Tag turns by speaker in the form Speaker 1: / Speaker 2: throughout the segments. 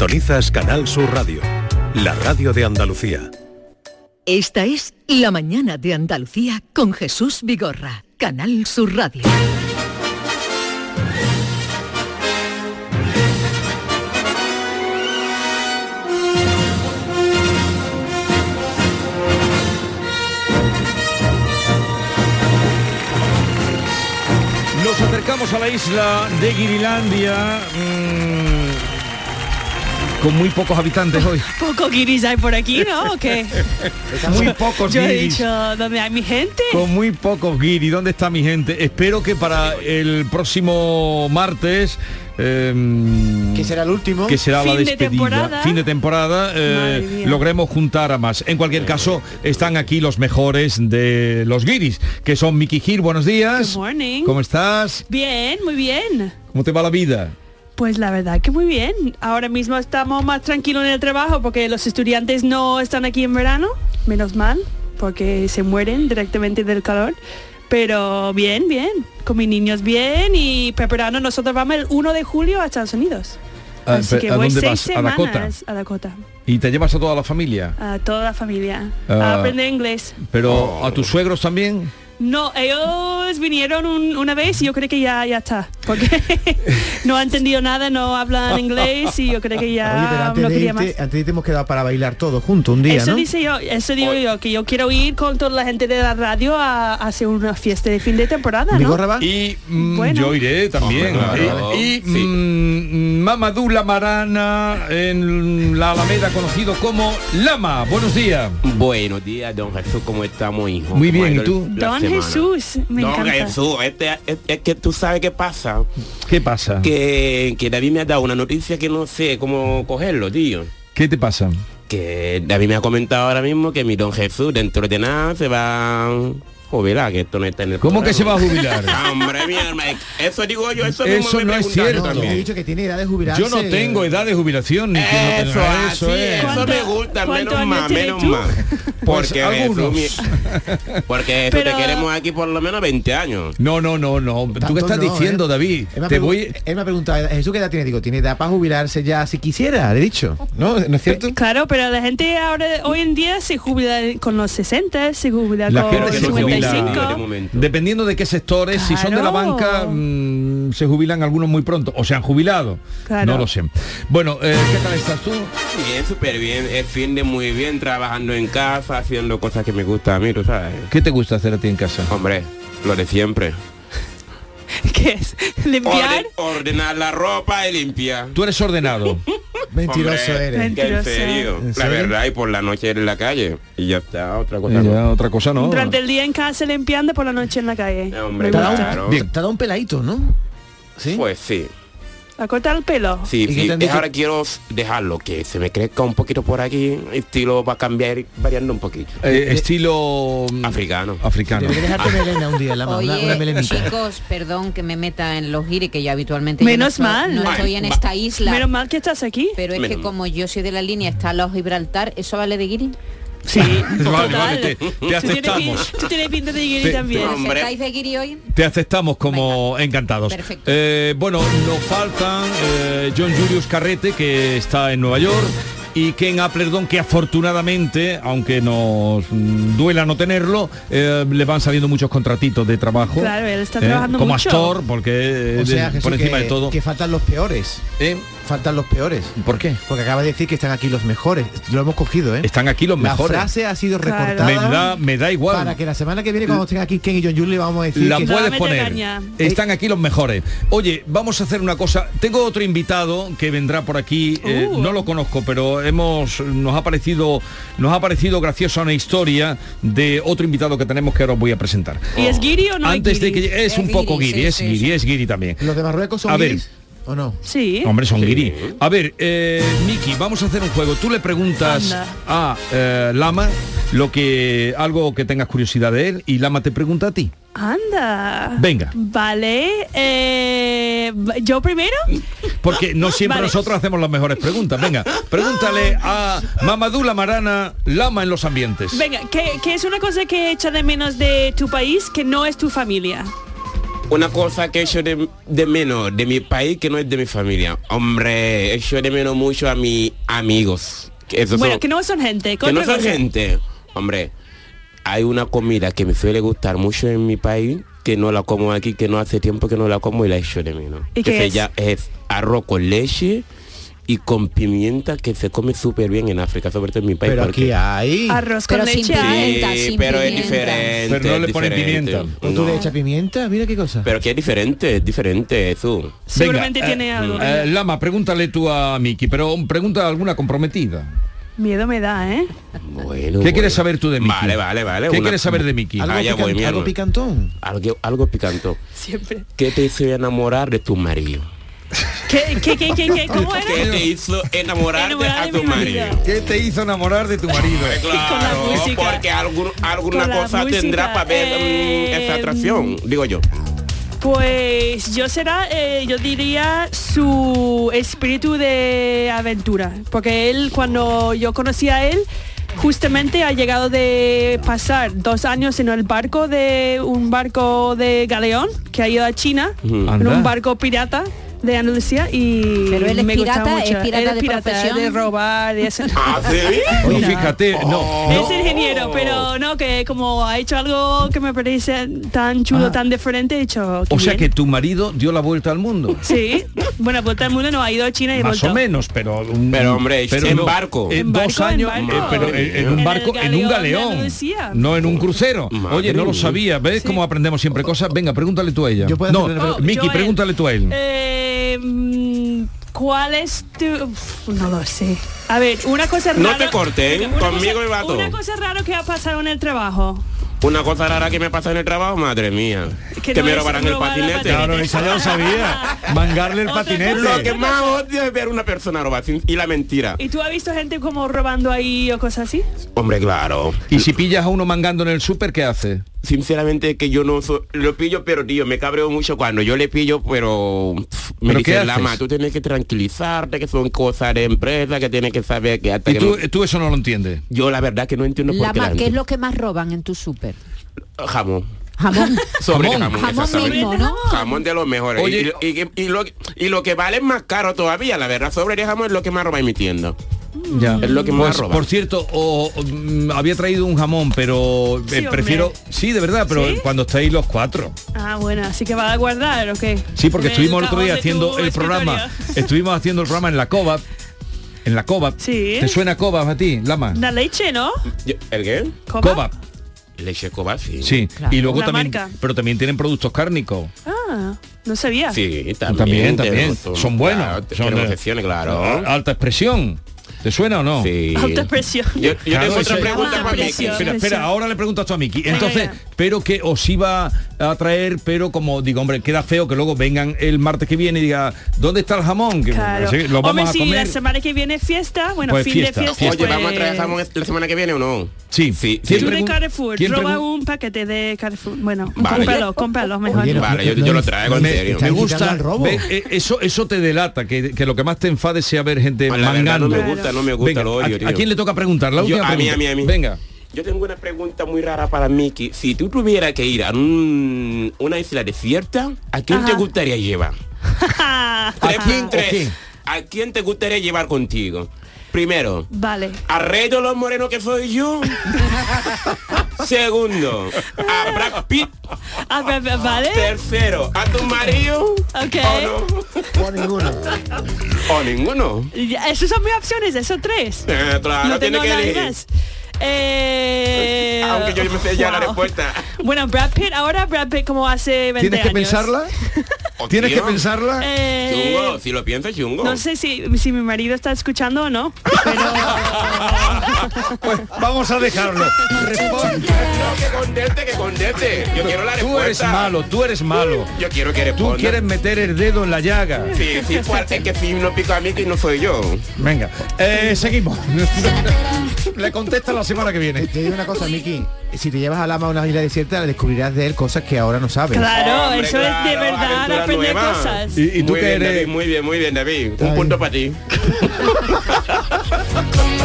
Speaker 1: Sintonizas Canal Sur Radio, la radio de Andalucía.
Speaker 2: Esta es La mañana de Andalucía con Jesús Vigorra, Canal Sur Radio.
Speaker 3: Nos acercamos a la isla de Guirilandia mm, con muy pocos habitantes hoy.
Speaker 4: Poco guiris hay por aquí, ¿no? ¿O qué?
Speaker 3: Muy pocos
Speaker 4: Yo he
Speaker 3: guiris.
Speaker 4: dicho, ¿dónde hay mi gente?
Speaker 3: Con muy pocos guiri, ¿dónde está mi gente? Espero que para el próximo martes... que será el último que será la
Speaker 4: Fin de
Speaker 3: despedida
Speaker 4: temporada.
Speaker 3: fin de temporada eh,
Speaker 4: Madre mía.
Speaker 3: logremos juntar a más en cualquier caso están aquí los mejores de los guiris que son Miki Gil buenos días
Speaker 4: Good morning.
Speaker 3: ¿cómo estás?
Speaker 4: Bien, muy bien.
Speaker 3: ¿cómo te va la vida?
Speaker 4: Pues la verdad que muy bien. Ahora mismo estamos más tranquilos en el trabajo porque los estudiantes no están aquí en verano, menos mal, porque se mueren directamente del calor. Pero bien, bien. Con mis niños bien y preparando. Nosotros vamos el 1 de julio a Estados Unidos.
Speaker 3: Ah,
Speaker 4: Así
Speaker 3: pe-
Speaker 4: que
Speaker 3: ¿a
Speaker 4: voy
Speaker 3: dónde
Speaker 4: seis
Speaker 3: vas? ¿A
Speaker 4: semanas
Speaker 3: Dakota?
Speaker 4: a Dakota.
Speaker 3: ¿Y te llevas a toda la familia?
Speaker 4: A toda la familia.
Speaker 3: Ah.
Speaker 4: a aprender inglés.
Speaker 3: ¿Pero a tus suegros también?
Speaker 4: No, ellos vinieron un- una vez y yo creo que ya, ya está. Porque no han entendido nada, no hablan inglés y yo creo que
Speaker 5: Oye, pero
Speaker 4: ya
Speaker 5: antes,
Speaker 4: Ah, no
Speaker 5: de
Speaker 4: quería más.
Speaker 5: irte, antes de irte hemos quedado para bailar todos juntos un día,
Speaker 4: Eso
Speaker 5: ¿no?
Speaker 4: dice yo, eso digo yo, que yo quiero ir con toda la gente de la radio a, a hacer una fiesta de fin de temporada, ¿no?
Speaker 3: Y mm,
Speaker 4: Bueno.
Speaker 3: yo iré también. ¿eh?
Speaker 6: Hombre, claro.
Speaker 3: Y, y, mm, Mamadou La Marana en la Alameda, conocido como Lama. Buenos días.
Speaker 6: Buenos días, don Jesús, ¿cómo estamos, hijo?
Speaker 3: Muy
Speaker 6: ¿Cómo
Speaker 3: bien,
Speaker 6: ha
Speaker 3: ¿y
Speaker 6: ido
Speaker 3: tú?
Speaker 6: la
Speaker 4: Don
Speaker 6: semana?
Speaker 4: Jesús, me
Speaker 6: Don
Speaker 4: encanta.
Speaker 6: Jesús, este- es, es que tú sabes qué pasa.
Speaker 3: ¿Qué pasa?
Speaker 6: Que, que David me ha dado una noticia que no sé cómo cogerlo, tío.
Speaker 3: ¿Qué te pasa?
Speaker 6: Que David me ha comentado ahora mismo que mi don Jesús dentro de nada se va a jubilar, que esto no está en el
Speaker 3: ¿Cómo que se va a
Speaker 6: programa.
Speaker 3: jubilar?
Speaker 6: Ah, Hombre, mi alma, eso digo yo, eso, mismo
Speaker 3: Eso
Speaker 6: me
Speaker 3: no es
Speaker 6: preguntaron
Speaker 3: cierto.
Speaker 6: también.
Speaker 5: He dicho que tiene edad de jubilarse.
Speaker 3: Yo no tengo edad de jubilación ni quiero
Speaker 6: Eso,
Speaker 3: tener-
Speaker 6: así es. ah, eso me gusta,
Speaker 4: cuántos
Speaker 6: menos
Speaker 4: años
Speaker 6: más,
Speaker 4: tienes
Speaker 6: menos
Speaker 4: tú?
Speaker 6: más.
Speaker 3: Pues
Speaker 6: Porque
Speaker 3: algunos.
Speaker 6: Jesús, mi- porque Jesús,
Speaker 4: Pero-
Speaker 6: te queremos aquí por lo menos 20 años.
Speaker 3: No, no, no, no. ¿Tú qué
Speaker 5: Tanto
Speaker 3: estás
Speaker 5: no,
Speaker 3: diciendo,
Speaker 5: ¿eh?
Speaker 3: David?
Speaker 5: Él me, ha
Speaker 3: Te
Speaker 5: pregun-
Speaker 3: voy...
Speaker 5: él me ha preguntado, ¿Jesús qué edad tiene? Digo, tiene edad para jubilarse ya si quisiera, le he dicho. ¿No? ¿No es cierto?
Speaker 4: Claro, pero la gente ahora hoy en día se jubila con los 60, se jubila
Speaker 3: La
Speaker 4: con
Speaker 3: gente
Speaker 4: los
Speaker 3: que se
Speaker 4: 55.
Speaker 6: jubila de momento.
Speaker 3: Dependiendo de qué sectores, si son de la
Speaker 4: Claro.
Speaker 3: banca, mm, se jubilan algunos muy pronto o se han jubilado.
Speaker 4: Claro.
Speaker 3: No lo sé. Bueno, eh, ¿qué tal estás tú?
Speaker 6: Bien, súper bien. El fin de muy bien, trabajando en casa, haciendo cosas que me gustan a mí, tú sabes.
Speaker 3: ¿Qué te gusta hacer a ti en casa?
Speaker 6: Hombre, lo de siempre.
Speaker 4: ¿Qué es? ¿Limpiar?
Speaker 6: Orden- ordenar la ropa y limpiar.
Speaker 3: Tú eres ordenado.
Speaker 5: Mentiroso
Speaker 6: Hombre,
Speaker 5: eres.
Speaker 6: que En
Speaker 4: Mentiroso.
Speaker 6: serio,
Speaker 5: ¿En
Speaker 6: la
Speaker 5: serio?
Speaker 6: verdad, y por la noche en la calle. Y ya está, otra
Speaker 5: Pues
Speaker 6: cosa.
Speaker 3: Y
Speaker 6: no.
Speaker 3: ya otra cosa no.
Speaker 4: Durante el día en casa limpiando, por la noche en la calle.
Speaker 6: No, Eh, hombre,
Speaker 4: Me
Speaker 5: Te ha
Speaker 4: gusta.
Speaker 5: dado un-
Speaker 6: Claro.
Speaker 5: te ha dado un peladito, ¿no? ¿Sí?
Speaker 6: Pues sí,
Speaker 4: ¿A cortar el
Speaker 3: Ah,
Speaker 4: pelo?
Speaker 6: sí,
Speaker 5: qué
Speaker 6: sí.
Speaker 5: te han dicho?
Speaker 6: Ahora quiero dejarlo, que se me crezca un poquito por aquí, estilo va a cambiar, y variando un poquito.
Speaker 3: Eh, estilo mm,
Speaker 6: Africano.
Speaker 3: africano.
Speaker 5: Debería dejarte melena un día, la mamá, una, una
Speaker 7: Oye,
Speaker 5: melenita.
Speaker 7: chicos, perdón que me meta en los gires, que yo habitualmente yo
Speaker 4: Menos
Speaker 7: no, soy-
Speaker 4: mal.
Speaker 7: no
Speaker 4: Ay,
Speaker 7: estoy en
Speaker 6: va.
Speaker 7: esta isla.
Speaker 4: Menos mal que estás aquí.
Speaker 7: pero es
Speaker 6: Menos
Speaker 7: que
Speaker 6: mal.
Speaker 7: como yo soy de la línea, está los Gibraltar, ¿eso vale de guiri?
Speaker 4: Sí,
Speaker 3: Vale, vale,
Speaker 4: total.
Speaker 3: te- te
Speaker 4: Tú tienes
Speaker 3: aceptamos.
Speaker 4: pin- Tú tienes pinta de guiri
Speaker 3: Te-
Speaker 4: también.
Speaker 6: No, hombre.
Speaker 7: ¿Estáis de guiri hoy?
Speaker 3: Te aceptamos como encantados.
Speaker 7: perfecto.
Speaker 3: Eh, bueno, nos faltan eh, John Julius Carrete, que está en Nueva York, y Ken Applerdon, que afortunadamente, aunque nos mm, duela no tenerlo, eh, le van saliendo muchos contratitos de trabajo. eh,
Speaker 4: Claro, él está trabajando
Speaker 3: Como
Speaker 4: mucho.
Speaker 3: actor, porque eh,
Speaker 5: O sea,
Speaker 3: de-
Speaker 5: Jesús,
Speaker 3: por encima
Speaker 5: que,
Speaker 3: de todo.
Speaker 5: que faltan los peores.
Speaker 3: ¿Eh?
Speaker 5: Faltan los peores.
Speaker 3: ¿Por qué?
Speaker 5: Porque acabas de decir que están aquí los mejores. Lo hemos cogido, ¿eh?
Speaker 3: Están aquí los
Speaker 5: la
Speaker 3: mejores.
Speaker 5: frase ha sido
Speaker 4: Claro.
Speaker 5: recortada.
Speaker 3: Me da, me da igual.
Speaker 5: Para que la semana que viene cuando estén aquí Ken y John Julie vamos a decir
Speaker 3: la
Speaker 5: que
Speaker 3: puedes
Speaker 4: Solamente
Speaker 3: poner.
Speaker 4: caña.
Speaker 3: Están aquí los mejores. Oye, vamos a hacer una cosa. Tengo otro invitado que vendrá por aquí. eh,
Speaker 4: Uh.
Speaker 3: no lo conozco, pero hemos nos ha parecido nos ha parecido graciosa una historia de otro invitado que tenemos que ahora os voy a presentar.
Speaker 4: ¿Y es guiri o no es
Speaker 3: Antes de
Speaker 4: guiri?
Speaker 3: que es
Speaker 7: Es
Speaker 3: un poco
Speaker 7: guiri, sí,
Speaker 3: guiri, es
Speaker 7: sí,
Speaker 3: guiri,
Speaker 7: sí.
Speaker 3: es guiri también.
Speaker 5: los de Marruecos son
Speaker 3: A ver.
Speaker 5: guiris, o no.
Speaker 4: Sí.
Speaker 3: Hombre, son
Speaker 6: Sí.
Speaker 3: guiri. A ver, eh, Miki, vamos a hacer un juego. Tú le preguntas
Speaker 4: Anda.
Speaker 3: a eh, Lama lo que algo que tengas curiosidad de él y Lama te pregunta a ti.
Speaker 4: Anda.
Speaker 3: Venga.
Speaker 4: Vale. eh, ¿Yo primero?
Speaker 3: Porque no siempre
Speaker 4: Ah, Vale.
Speaker 3: nosotros hacemos las mejores preguntas. Venga, pregúntale a Mamadula Marana, lama en los
Speaker 6: Pues-
Speaker 3: ambientes.
Speaker 4: Venga, que, es una cosa que echa de menos de tu país que no es tu familia.
Speaker 6: una cosa que echo de, de menos de mi país que no es de mi familia. Hombre, echo de menos mucho a mis amigos. Que esos
Speaker 4: bueno,
Speaker 6: son-
Speaker 4: que no son gente.
Speaker 6: que no
Speaker 4: otra
Speaker 6: son
Speaker 4: cosa.
Speaker 6: gente. Hombre, hay una comida que me suele gustar mucho en mi país, que no la como aquí, que no hace tiempo que no la como y la echo de menos.
Speaker 4: ¿Y
Speaker 6: que
Speaker 4: qué
Speaker 6: se
Speaker 4: es?
Speaker 6: llama- es arroz con leche y con pimienta que se come súper bien en África, sobre todo en mi país.
Speaker 5: Pero aquí
Speaker 6: porque-
Speaker 5: hay.
Speaker 4: Arroz con
Speaker 7: Pero sin
Speaker 4: leche.
Speaker 7: pimienta.
Speaker 4: ay.
Speaker 6: Sí,
Speaker 7: sin
Speaker 6: pero es
Speaker 7: pimienta.
Speaker 6: diferente.
Speaker 3: Pero no
Speaker 6: es
Speaker 3: le ponen
Speaker 6: diferente.
Speaker 3: pimienta.
Speaker 5: ¿O tú
Speaker 6: No.
Speaker 5: le echas pimienta? Mira qué cosa.
Speaker 6: Pero que es diferente, es diferente eso.
Speaker 4: Seguramente
Speaker 3: Venga,
Speaker 4: tiene
Speaker 3: eh,
Speaker 4: algo.
Speaker 3: eh, Lama, pregúntale tú a Miki, pero pregunta alguna comprometida.
Speaker 4: Miedo me da, ¿eh?
Speaker 6: Bueno,
Speaker 3: ¿Qué
Speaker 6: bueno.
Speaker 3: quieres saber tú de Miki?
Speaker 6: Vale, vale, vale.
Speaker 3: ¿Qué
Speaker 6: una-
Speaker 3: quieres saber de Miki?
Speaker 5: Algo,
Speaker 6: Ah, ya
Speaker 5: pican-
Speaker 6: voy, mi
Speaker 5: algo
Speaker 6: alma.
Speaker 5: picantón.
Speaker 6: Algo, algo picanto.
Speaker 4: Siempre.
Speaker 6: ¿Qué te hizo enamorar de tu marido?
Speaker 4: ¿Qué, qué, qué, qué, qué? ¿Cómo
Speaker 6: ¿Qué
Speaker 4: era?
Speaker 6: te hizo enamorarte
Speaker 4: Enamorar
Speaker 6: a
Speaker 4: de
Speaker 6: tu
Speaker 4: mi marido.
Speaker 6: marido?
Speaker 3: ¿Qué te hizo enamorar de tu marido?
Speaker 6: Eh,
Speaker 4: con la
Speaker 6: Claro,
Speaker 4: música.
Speaker 6: porque algún- alguna
Speaker 4: Con la
Speaker 6: cosa tendrá
Speaker 4: música,
Speaker 6: para ver mm,
Speaker 4: eh,
Speaker 6: esa atracción, digo yo.
Speaker 4: Pues yo será, eh, yo diría su espíritu de aventura, porque él cuando yo conocí a él justamente ha llegado de pasar dos años en el barco de un barco de galeón que ha ido a China, en
Speaker 3: Anda.
Speaker 4: un barco pirata de Andalucía y
Speaker 7: Pero él es
Speaker 4: me gusta
Speaker 7: pirata,
Speaker 4: mucho.
Speaker 7: es pirata
Speaker 4: Él es
Speaker 7: de profesión.
Speaker 4: de robar y eso.
Speaker 6: ¿Ah, sí? Oh.
Speaker 3: Oye, fíjate, no.
Speaker 4: Es
Speaker 3: Oh.
Speaker 4: ingeniero, pero no, que como ha hecho algo que me parece tan chulo, tan diferente, he hecho...
Speaker 3: Ah. O sea que tu marido dio la vuelta al mundo.
Speaker 4: Sí, bueno, vuelta al mundo no ha ido a China y
Speaker 3: Más
Speaker 4: vuelto.
Speaker 3: o menos, pero... un-
Speaker 6: Pero, hombre, en barco.
Speaker 3: En,
Speaker 4: En
Speaker 3: dos
Speaker 4: barco, en
Speaker 3: años,
Speaker 4: barco.
Speaker 3: eh, pero en, en un
Speaker 4: En
Speaker 3: barco,
Speaker 4: el
Speaker 3: en un
Speaker 4: galeón de
Speaker 3: galeón.
Speaker 4: Andalucía.
Speaker 3: No en un crucero.
Speaker 6: Madre
Speaker 3: Oye, no lo
Speaker 6: mía.
Speaker 3: sabía. ¿Ves cómo aprendemos siempre cosas? Venga, pregúntale tú a ella.
Speaker 5: Yo puedo
Speaker 3: no,
Speaker 5: hacer una
Speaker 4: Oh,
Speaker 5: pregunta.
Speaker 3: Miki,
Speaker 4: Joel,
Speaker 3: pregúntale tú a él.
Speaker 4: eh, mm, ¿Cuál es tu...? Uf, no lo sé. A ver, una cosa rara...
Speaker 6: No te corte, ¿eh?
Speaker 4: Una cosa-
Speaker 6: Conmigo y vato.
Speaker 4: Una cosa rara que ha pasado en el trabajo.
Speaker 6: Una cosa rara que me pasa en el trabajo, madre mía.
Speaker 4: Que
Speaker 6: Que,
Speaker 4: no
Speaker 6: me
Speaker 4: es
Speaker 6: robarán el
Speaker 4: robar la
Speaker 6: patinete.
Speaker 4: patineta. Claro,
Speaker 3: esa ya lo sabía. Mangarle el
Speaker 4: Otra patinete. cosa.
Speaker 6: Lo que más odio es ver una persona robar sin- y la mentira.
Speaker 4: ¿Y tú has visto gente como robando ahí o cosas así?
Speaker 6: Hombre, claro.
Speaker 3: Y si pillas a uno mangando en el súper, ¿qué hace?
Speaker 6: Sinceramente que yo no so- lo pillo, pero tío, me cabreo mucho cuando yo le pillo, pero pff, me
Speaker 3: ¿Pero qué
Speaker 6: dice
Speaker 3: haces?
Speaker 6: Lama, tú tienes que tranquilizarte, que son cosas de empresa, que tienes que saber que hasta
Speaker 3: Y
Speaker 6: que
Speaker 3: tú, eh,
Speaker 6: no-
Speaker 3: tú eso no lo entiendes.
Speaker 6: Yo la verdad que no entiendo por
Speaker 7: La
Speaker 6: qué la
Speaker 7: ma- ¿Qué es
Speaker 6: gente-
Speaker 7: lo que más roban en tu súper?
Speaker 6: jamón.
Speaker 7: Jamón.
Speaker 6: Sobre de
Speaker 3: Jamón.
Speaker 6: jamón,
Speaker 7: Jamón
Speaker 6: exactamente.
Speaker 7: mismo, ¿no?
Speaker 6: Jamón de los mejores.
Speaker 3: Oye.
Speaker 6: Y, y- y- y lo, y lo que vale es más caro todavía, la verdad. Sobre de jamón es lo que más roba en mi tienda.
Speaker 4: Mm.
Speaker 3: Ya.
Speaker 6: Es lo que me
Speaker 3: Pues,
Speaker 6: va a robar.
Speaker 3: Por cierto, o- o, mm, había traído un jamón, pero eh,
Speaker 4: Sí, hombre.
Speaker 3: prefiero. Sí, de verdad, pero
Speaker 4: ¿Sí?
Speaker 3: cuando estáis los cuatro.
Speaker 4: Ah, bueno, así que va a guardar, ¿o qué?
Speaker 3: Sí, porque
Speaker 4: En
Speaker 3: estuvimos el otro
Speaker 4: cajón
Speaker 3: día
Speaker 4: de tu
Speaker 3: haciendo el programa.
Speaker 4: escritorio.
Speaker 3: Estuvimos haciendo el programa en la cova. En la cova.
Speaker 4: Sí.
Speaker 3: ¿Te suena cova a ti, Lama?
Speaker 4: La leche, ¿no?
Speaker 6: Yo- ¿El qué?
Speaker 4: ¿Coba?
Speaker 3: Cova.
Speaker 6: Leche coba, sí.
Speaker 3: Sí.
Speaker 7: Claro.
Speaker 3: Y luego
Speaker 4: La
Speaker 3: también.
Speaker 4: marca.
Speaker 3: Pero también tienen productos cárnicos.
Speaker 4: Ah, no sabía.
Speaker 6: Sí,
Speaker 3: También,
Speaker 6: también.
Speaker 3: también.
Speaker 6: tenemos-
Speaker 3: Son buenos.
Speaker 6: Claro, te-
Speaker 3: Son
Speaker 6: tenemos
Speaker 3: de-
Speaker 6: excepciones, claro.
Speaker 3: Alta expresión. ¿Te suena o no?
Speaker 6: Sí.
Speaker 4: Alta presión.
Speaker 6: Yo, yo
Speaker 3: Claro,
Speaker 6: tengo otra
Speaker 3: eso-
Speaker 6: pregunta
Speaker 4: Ah,
Speaker 6: para Miki.
Speaker 4: presión.
Speaker 3: Espera, espera, ahora le pregunto esto a Miki. Entonces,
Speaker 4: Venga, venga.
Speaker 3: pero que os iba a traer, pero como digo, hombre, queda feo que luego vengan el martes que viene y diga, ¿dónde está el jamón? Que
Speaker 4: Claro.
Speaker 3: sí, lo vamos
Speaker 4: Hombre,
Speaker 3: a
Speaker 4: sí,
Speaker 3: comer.
Speaker 4: la semana que viene es fiesta, bueno,
Speaker 3: Pues
Speaker 4: fin
Speaker 3: fiesta,
Speaker 4: de fiesta.
Speaker 3: fiesta.
Speaker 6: Oye,
Speaker 4: pues-
Speaker 6: ¿vamos a traer jamón la semana que viene o no?
Speaker 3: Sí.
Speaker 6: Sí,
Speaker 3: ¿Quién
Speaker 4: Tú de
Speaker 3: pregun-
Speaker 4: Carrefour,
Speaker 3: quién
Speaker 4: roba
Speaker 3: pregun-
Speaker 4: un paquete de Carrefour. Bueno,
Speaker 6: Vale.
Speaker 4: cómpralo, cómpralo mejor.
Speaker 5: Oye, no,
Speaker 6: Vale, yo,
Speaker 5: no,
Speaker 6: yo lo
Speaker 5: no,
Speaker 6: traigo en
Speaker 5: me-
Speaker 6: serio.
Speaker 5: Está
Speaker 3: Me
Speaker 5: incitando
Speaker 3: gusta.
Speaker 5: al robo.
Speaker 3: ve, eh, eso, eso te delata, que, que lo que más te enfade sea ver gente
Speaker 6: La verdad,
Speaker 3: mangando.
Speaker 6: no me gusta, no me gusta,
Speaker 3: Venga,
Speaker 6: lo
Speaker 3: ¿a-
Speaker 6: odio,
Speaker 3: ¿a,
Speaker 6: tío.
Speaker 3: quién le toca preguntar? La
Speaker 6: Yo-
Speaker 3: última
Speaker 6: a mí,
Speaker 3: pregunta.
Speaker 6: a mí, a mí.
Speaker 3: Venga.
Speaker 6: Yo tengo una pregunta muy rara para Miki. Si tú tuvieras que ir a un- una isla desierta, ¿a quién te
Speaker 4: Ajá.
Speaker 6: gustaría llevar?
Speaker 3: ¿A
Speaker 6: Tres
Speaker 3: quién,
Speaker 6: por tres.
Speaker 3: o quién?
Speaker 6: ¿A quién te gustaría llevar contigo? Primero,
Speaker 4: Vale.
Speaker 6: a Rey de los Morenos que soy yo. Segundo, a Brad Pitt.
Speaker 4: Ah, va- va- vale.
Speaker 6: Tercero, a tu marido.
Speaker 4: Ok.
Speaker 6: ¿O Oh, no?
Speaker 5: O ninguno.
Speaker 6: ¿O ninguno?
Speaker 4: Ya, Esas son mis opciones, esos tres.
Speaker 6: Eh, claro,
Speaker 4: no
Speaker 6: tiene
Speaker 4: tengo
Speaker 6: que
Speaker 4: nada
Speaker 6: elegir.
Speaker 4: más. Eh,
Speaker 6: Aunque yo me sé ya la
Speaker 4: wow.
Speaker 6: respuesta.
Speaker 4: Bueno, Brad Pitt, ahora Brad Pitt como hace 20
Speaker 5: ¿Tienes que
Speaker 4: años.
Speaker 5: pensarla? ¿Tienes que
Speaker 6: Hostia.
Speaker 5: pensarla?
Speaker 4: Eh,
Speaker 6: Chungo, si lo piensas, chungo.
Speaker 4: no sé si, si mi marido está escuchando o no.
Speaker 3: Pues vamos a dejarlo. Respon-
Speaker 6: No, que conteste, que conteste. Yo quiero la respuesta.
Speaker 3: Tú eres malo, tú eres malo.
Speaker 6: Yo quiero que
Speaker 3: Tú
Speaker 6: responda.
Speaker 3: quieres meter el dedo en la llaga.
Speaker 6: Sí, sí, pues, es que si no pico a mí, que no soy yo.
Speaker 3: Venga, eh, seguimos. Le contesta la semana que viene.
Speaker 5: Te digo una cosa, Miki. Si te llevas a Lama a una isla desierta, le descubrirás de él cosas que ahora no sabes.
Speaker 4: Claro,
Speaker 6: Hombre,
Speaker 4: eso
Speaker 6: claro,
Speaker 4: es de verdad
Speaker 6: aventura
Speaker 4: aprender
Speaker 6: nueva.
Speaker 4: cosas.
Speaker 3: Y, y tú
Speaker 6: muy
Speaker 3: que
Speaker 6: bien,
Speaker 3: eres...
Speaker 6: David, muy bien, muy bien, David. Un
Speaker 5: Ay.
Speaker 6: punto para ti.
Speaker 8: Como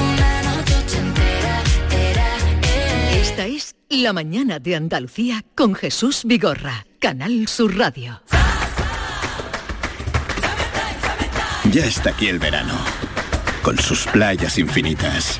Speaker 8: una noche entera, era, era.
Speaker 2: Esta es La La mañana de Andalucía con Jesús Vigorra, Canal Sur Radio.
Speaker 8: Ya está aquí el verano, con sus playas infinitas,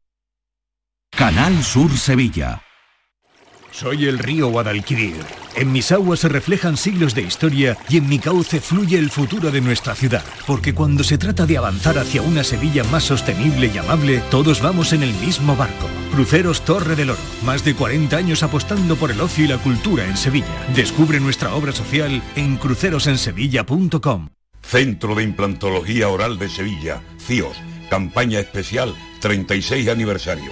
Speaker 9: Canal Sur Sevilla.
Speaker 10: Soy el río Guadalquivir. En mis aguas se reflejan siglos de historia y en mi cauce fluye el futuro de nuestra ciudad. Porque cuando se trata de avanzar hacia una Sevilla más sostenible y amable, todos vamos en el mismo barco. Cruceros Torre del Oro. Más de 40 años apostando por el ocio y la cultura en Sevilla. Descubre nuestra obra social en crucerosensevilla.com.
Speaker 11: Centro de Implantología Oral de Sevilla, CIOS, campaña especial 36 aniversario.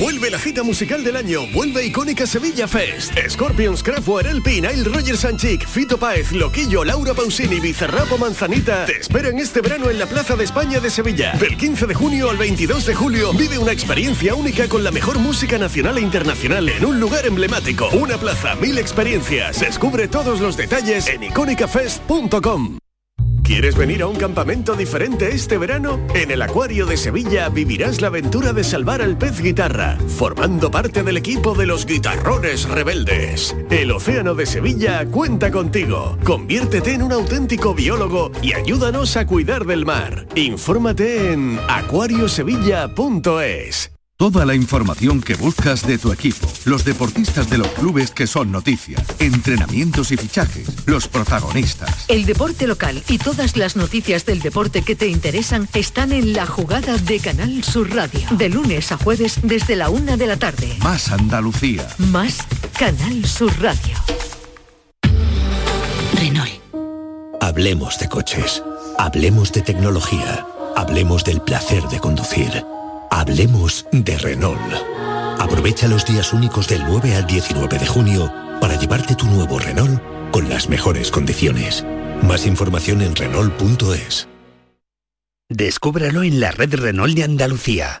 Speaker 12: Vuelve la cita musical del año, vuelve icónica Sevilla Fest. Scorpions, Kraftwerk, Elpi, Nile Rogers and Chic, Fito Páez, Loquillo, Laura Pausini, Bizarrapo Manzanita te esperan este verano en la Plaza de España de Sevilla. Del 15 de junio al 22 de julio vive una experiencia única con la mejor música nacional e internacional en un lugar emblemático. Una plaza, mil experiencias. Descubre todos los detalles en icónicafest.com. ¿Quieres venir a un campamento diferente este verano? En el Acuario de Sevilla vivirás la aventura de salvar al pez guitarra, formando parte del equipo de los guitarrones rebeldes. El Océano de Sevilla cuenta contigo. Conviértete en un auténtico biólogo y ayúdanos a cuidar del mar. Infórmate en acuariosevilla.es.
Speaker 9: Toda la información que buscas de tu equipo, los deportistas de los clubes que son noticias, entrenamientos y fichajes, los protagonistas.
Speaker 2: El deporte local y todas las noticias del deporte que te interesan están en la jugada de Canal Sur Radio. De lunes a jueves desde la una de la tarde.
Speaker 9: Más Andalucía.
Speaker 2: Más Canal Sur Radio.
Speaker 13: Renault.
Speaker 14: Hablemos de coches. Hablemos de tecnología. Hablemos del placer de conducir. Hablemos de Renault. Aprovecha los días únicos del 9 al 19 de junio para llevarte tu nuevo Renault con las mejores condiciones. Más información en Renault.es.
Speaker 15: Descúbralo en la red Renault de Andalucía.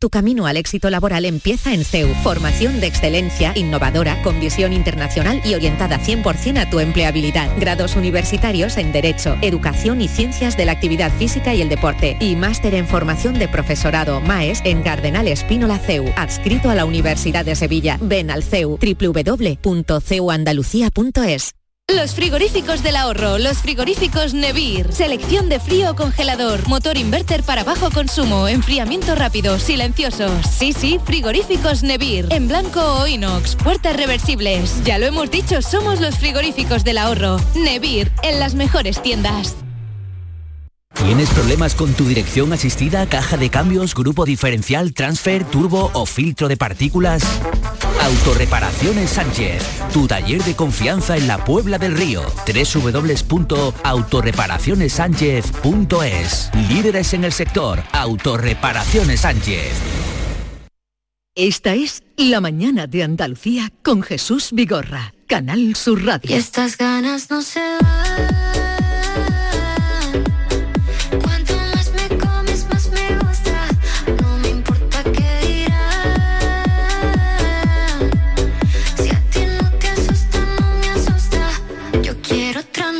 Speaker 16: Tu camino al éxito laboral empieza en CEU. Formación de excelencia, innovadora, con visión internacional y orientada 100% a tu empleabilidad. Grados universitarios en Derecho, Educación y Ciencias de la Actividad Física y el Deporte. Y máster en formación de profesorado MAES en Cardenal Espínola CEU. Adscrito a la Universidad de Sevilla. Ven al CEU. www.ceuandalucía.es
Speaker 17: los frigoríficos del ahorro, los frigoríficos Nevir, selección de frío o congelador, motor inverter para bajo consumo, enfriamiento rápido, silenciosos. Sí, sí, frigoríficos Nevir, en blanco o inox, puertas reversibles. Ya lo hemos dicho, somos los frigoríficos del ahorro. Nevir, en las mejores tiendas.
Speaker 18: ¿Tienes problemas con tu dirección asistida, caja de cambios, grupo diferencial, transfer, turbo o filtro de partículas? Autorreparaciones Sánchez, tu taller de confianza en la Puebla del Río. www.autorreparacionessánchez.es Líderes en el sector, Autorreparaciones Sánchez.
Speaker 2: Esta es La mañana de Andalucía con Jesús Vigorra, Canal Sur Radio.
Speaker 19: Y estas ganas no se van. Cuanto más me comes, más me gozas.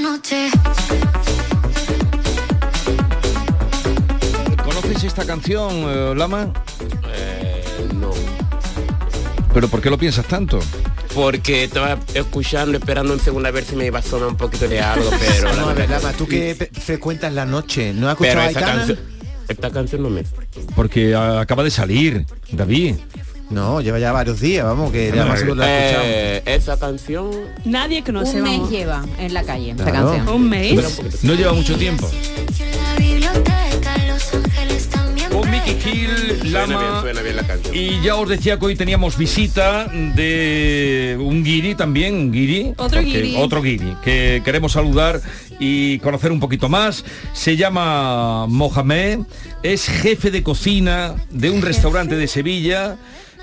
Speaker 19: noche.
Speaker 3: ¿Conoces esta canción, eh, Lama?
Speaker 6: Eh, no.
Speaker 3: ¿Pero por qué lo piensas tanto?
Speaker 6: Porque estaba escuchando, esperando en segunda ver si me iba a sonar un poquito de algo, pero... la
Speaker 5: No, a ver,
Speaker 6: verdad
Speaker 5: Lama, tú que pe- frecuentas la noche, ¿no has escuchado
Speaker 6: Pero
Speaker 5: a
Speaker 6: esa
Speaker 5: Aitana?
Speaker 6: canción, esta canción no me...
Speaker 3: Porque ah, acaba de salir, David.
Speaker 5: No, lleva ya varios días, vamos, que ya más seguro la has escuchado.
Speaker 6: Eh, esa canción...
Speaker 1: Nadie conoce. Un mes lleva en la calle esta
Speaker 5: Claro.
Speaker 1: canción.
Speaker 5: Un mes.
Speaker 3: No lleva mucho tiempo. Con Oh, Mickey Hill, Lama y ya os decía que hoy teníamos visita de un guiri también, un guiri.
Speaker 7: Otro
Speaker 3: porque-
Speaker 7: guiri.
Speaker 3: Otro guiri, que queremos saludar y conocer un poquito más. Se llama Mohamed, es jefe de cocina de un restaurante de Sevilla.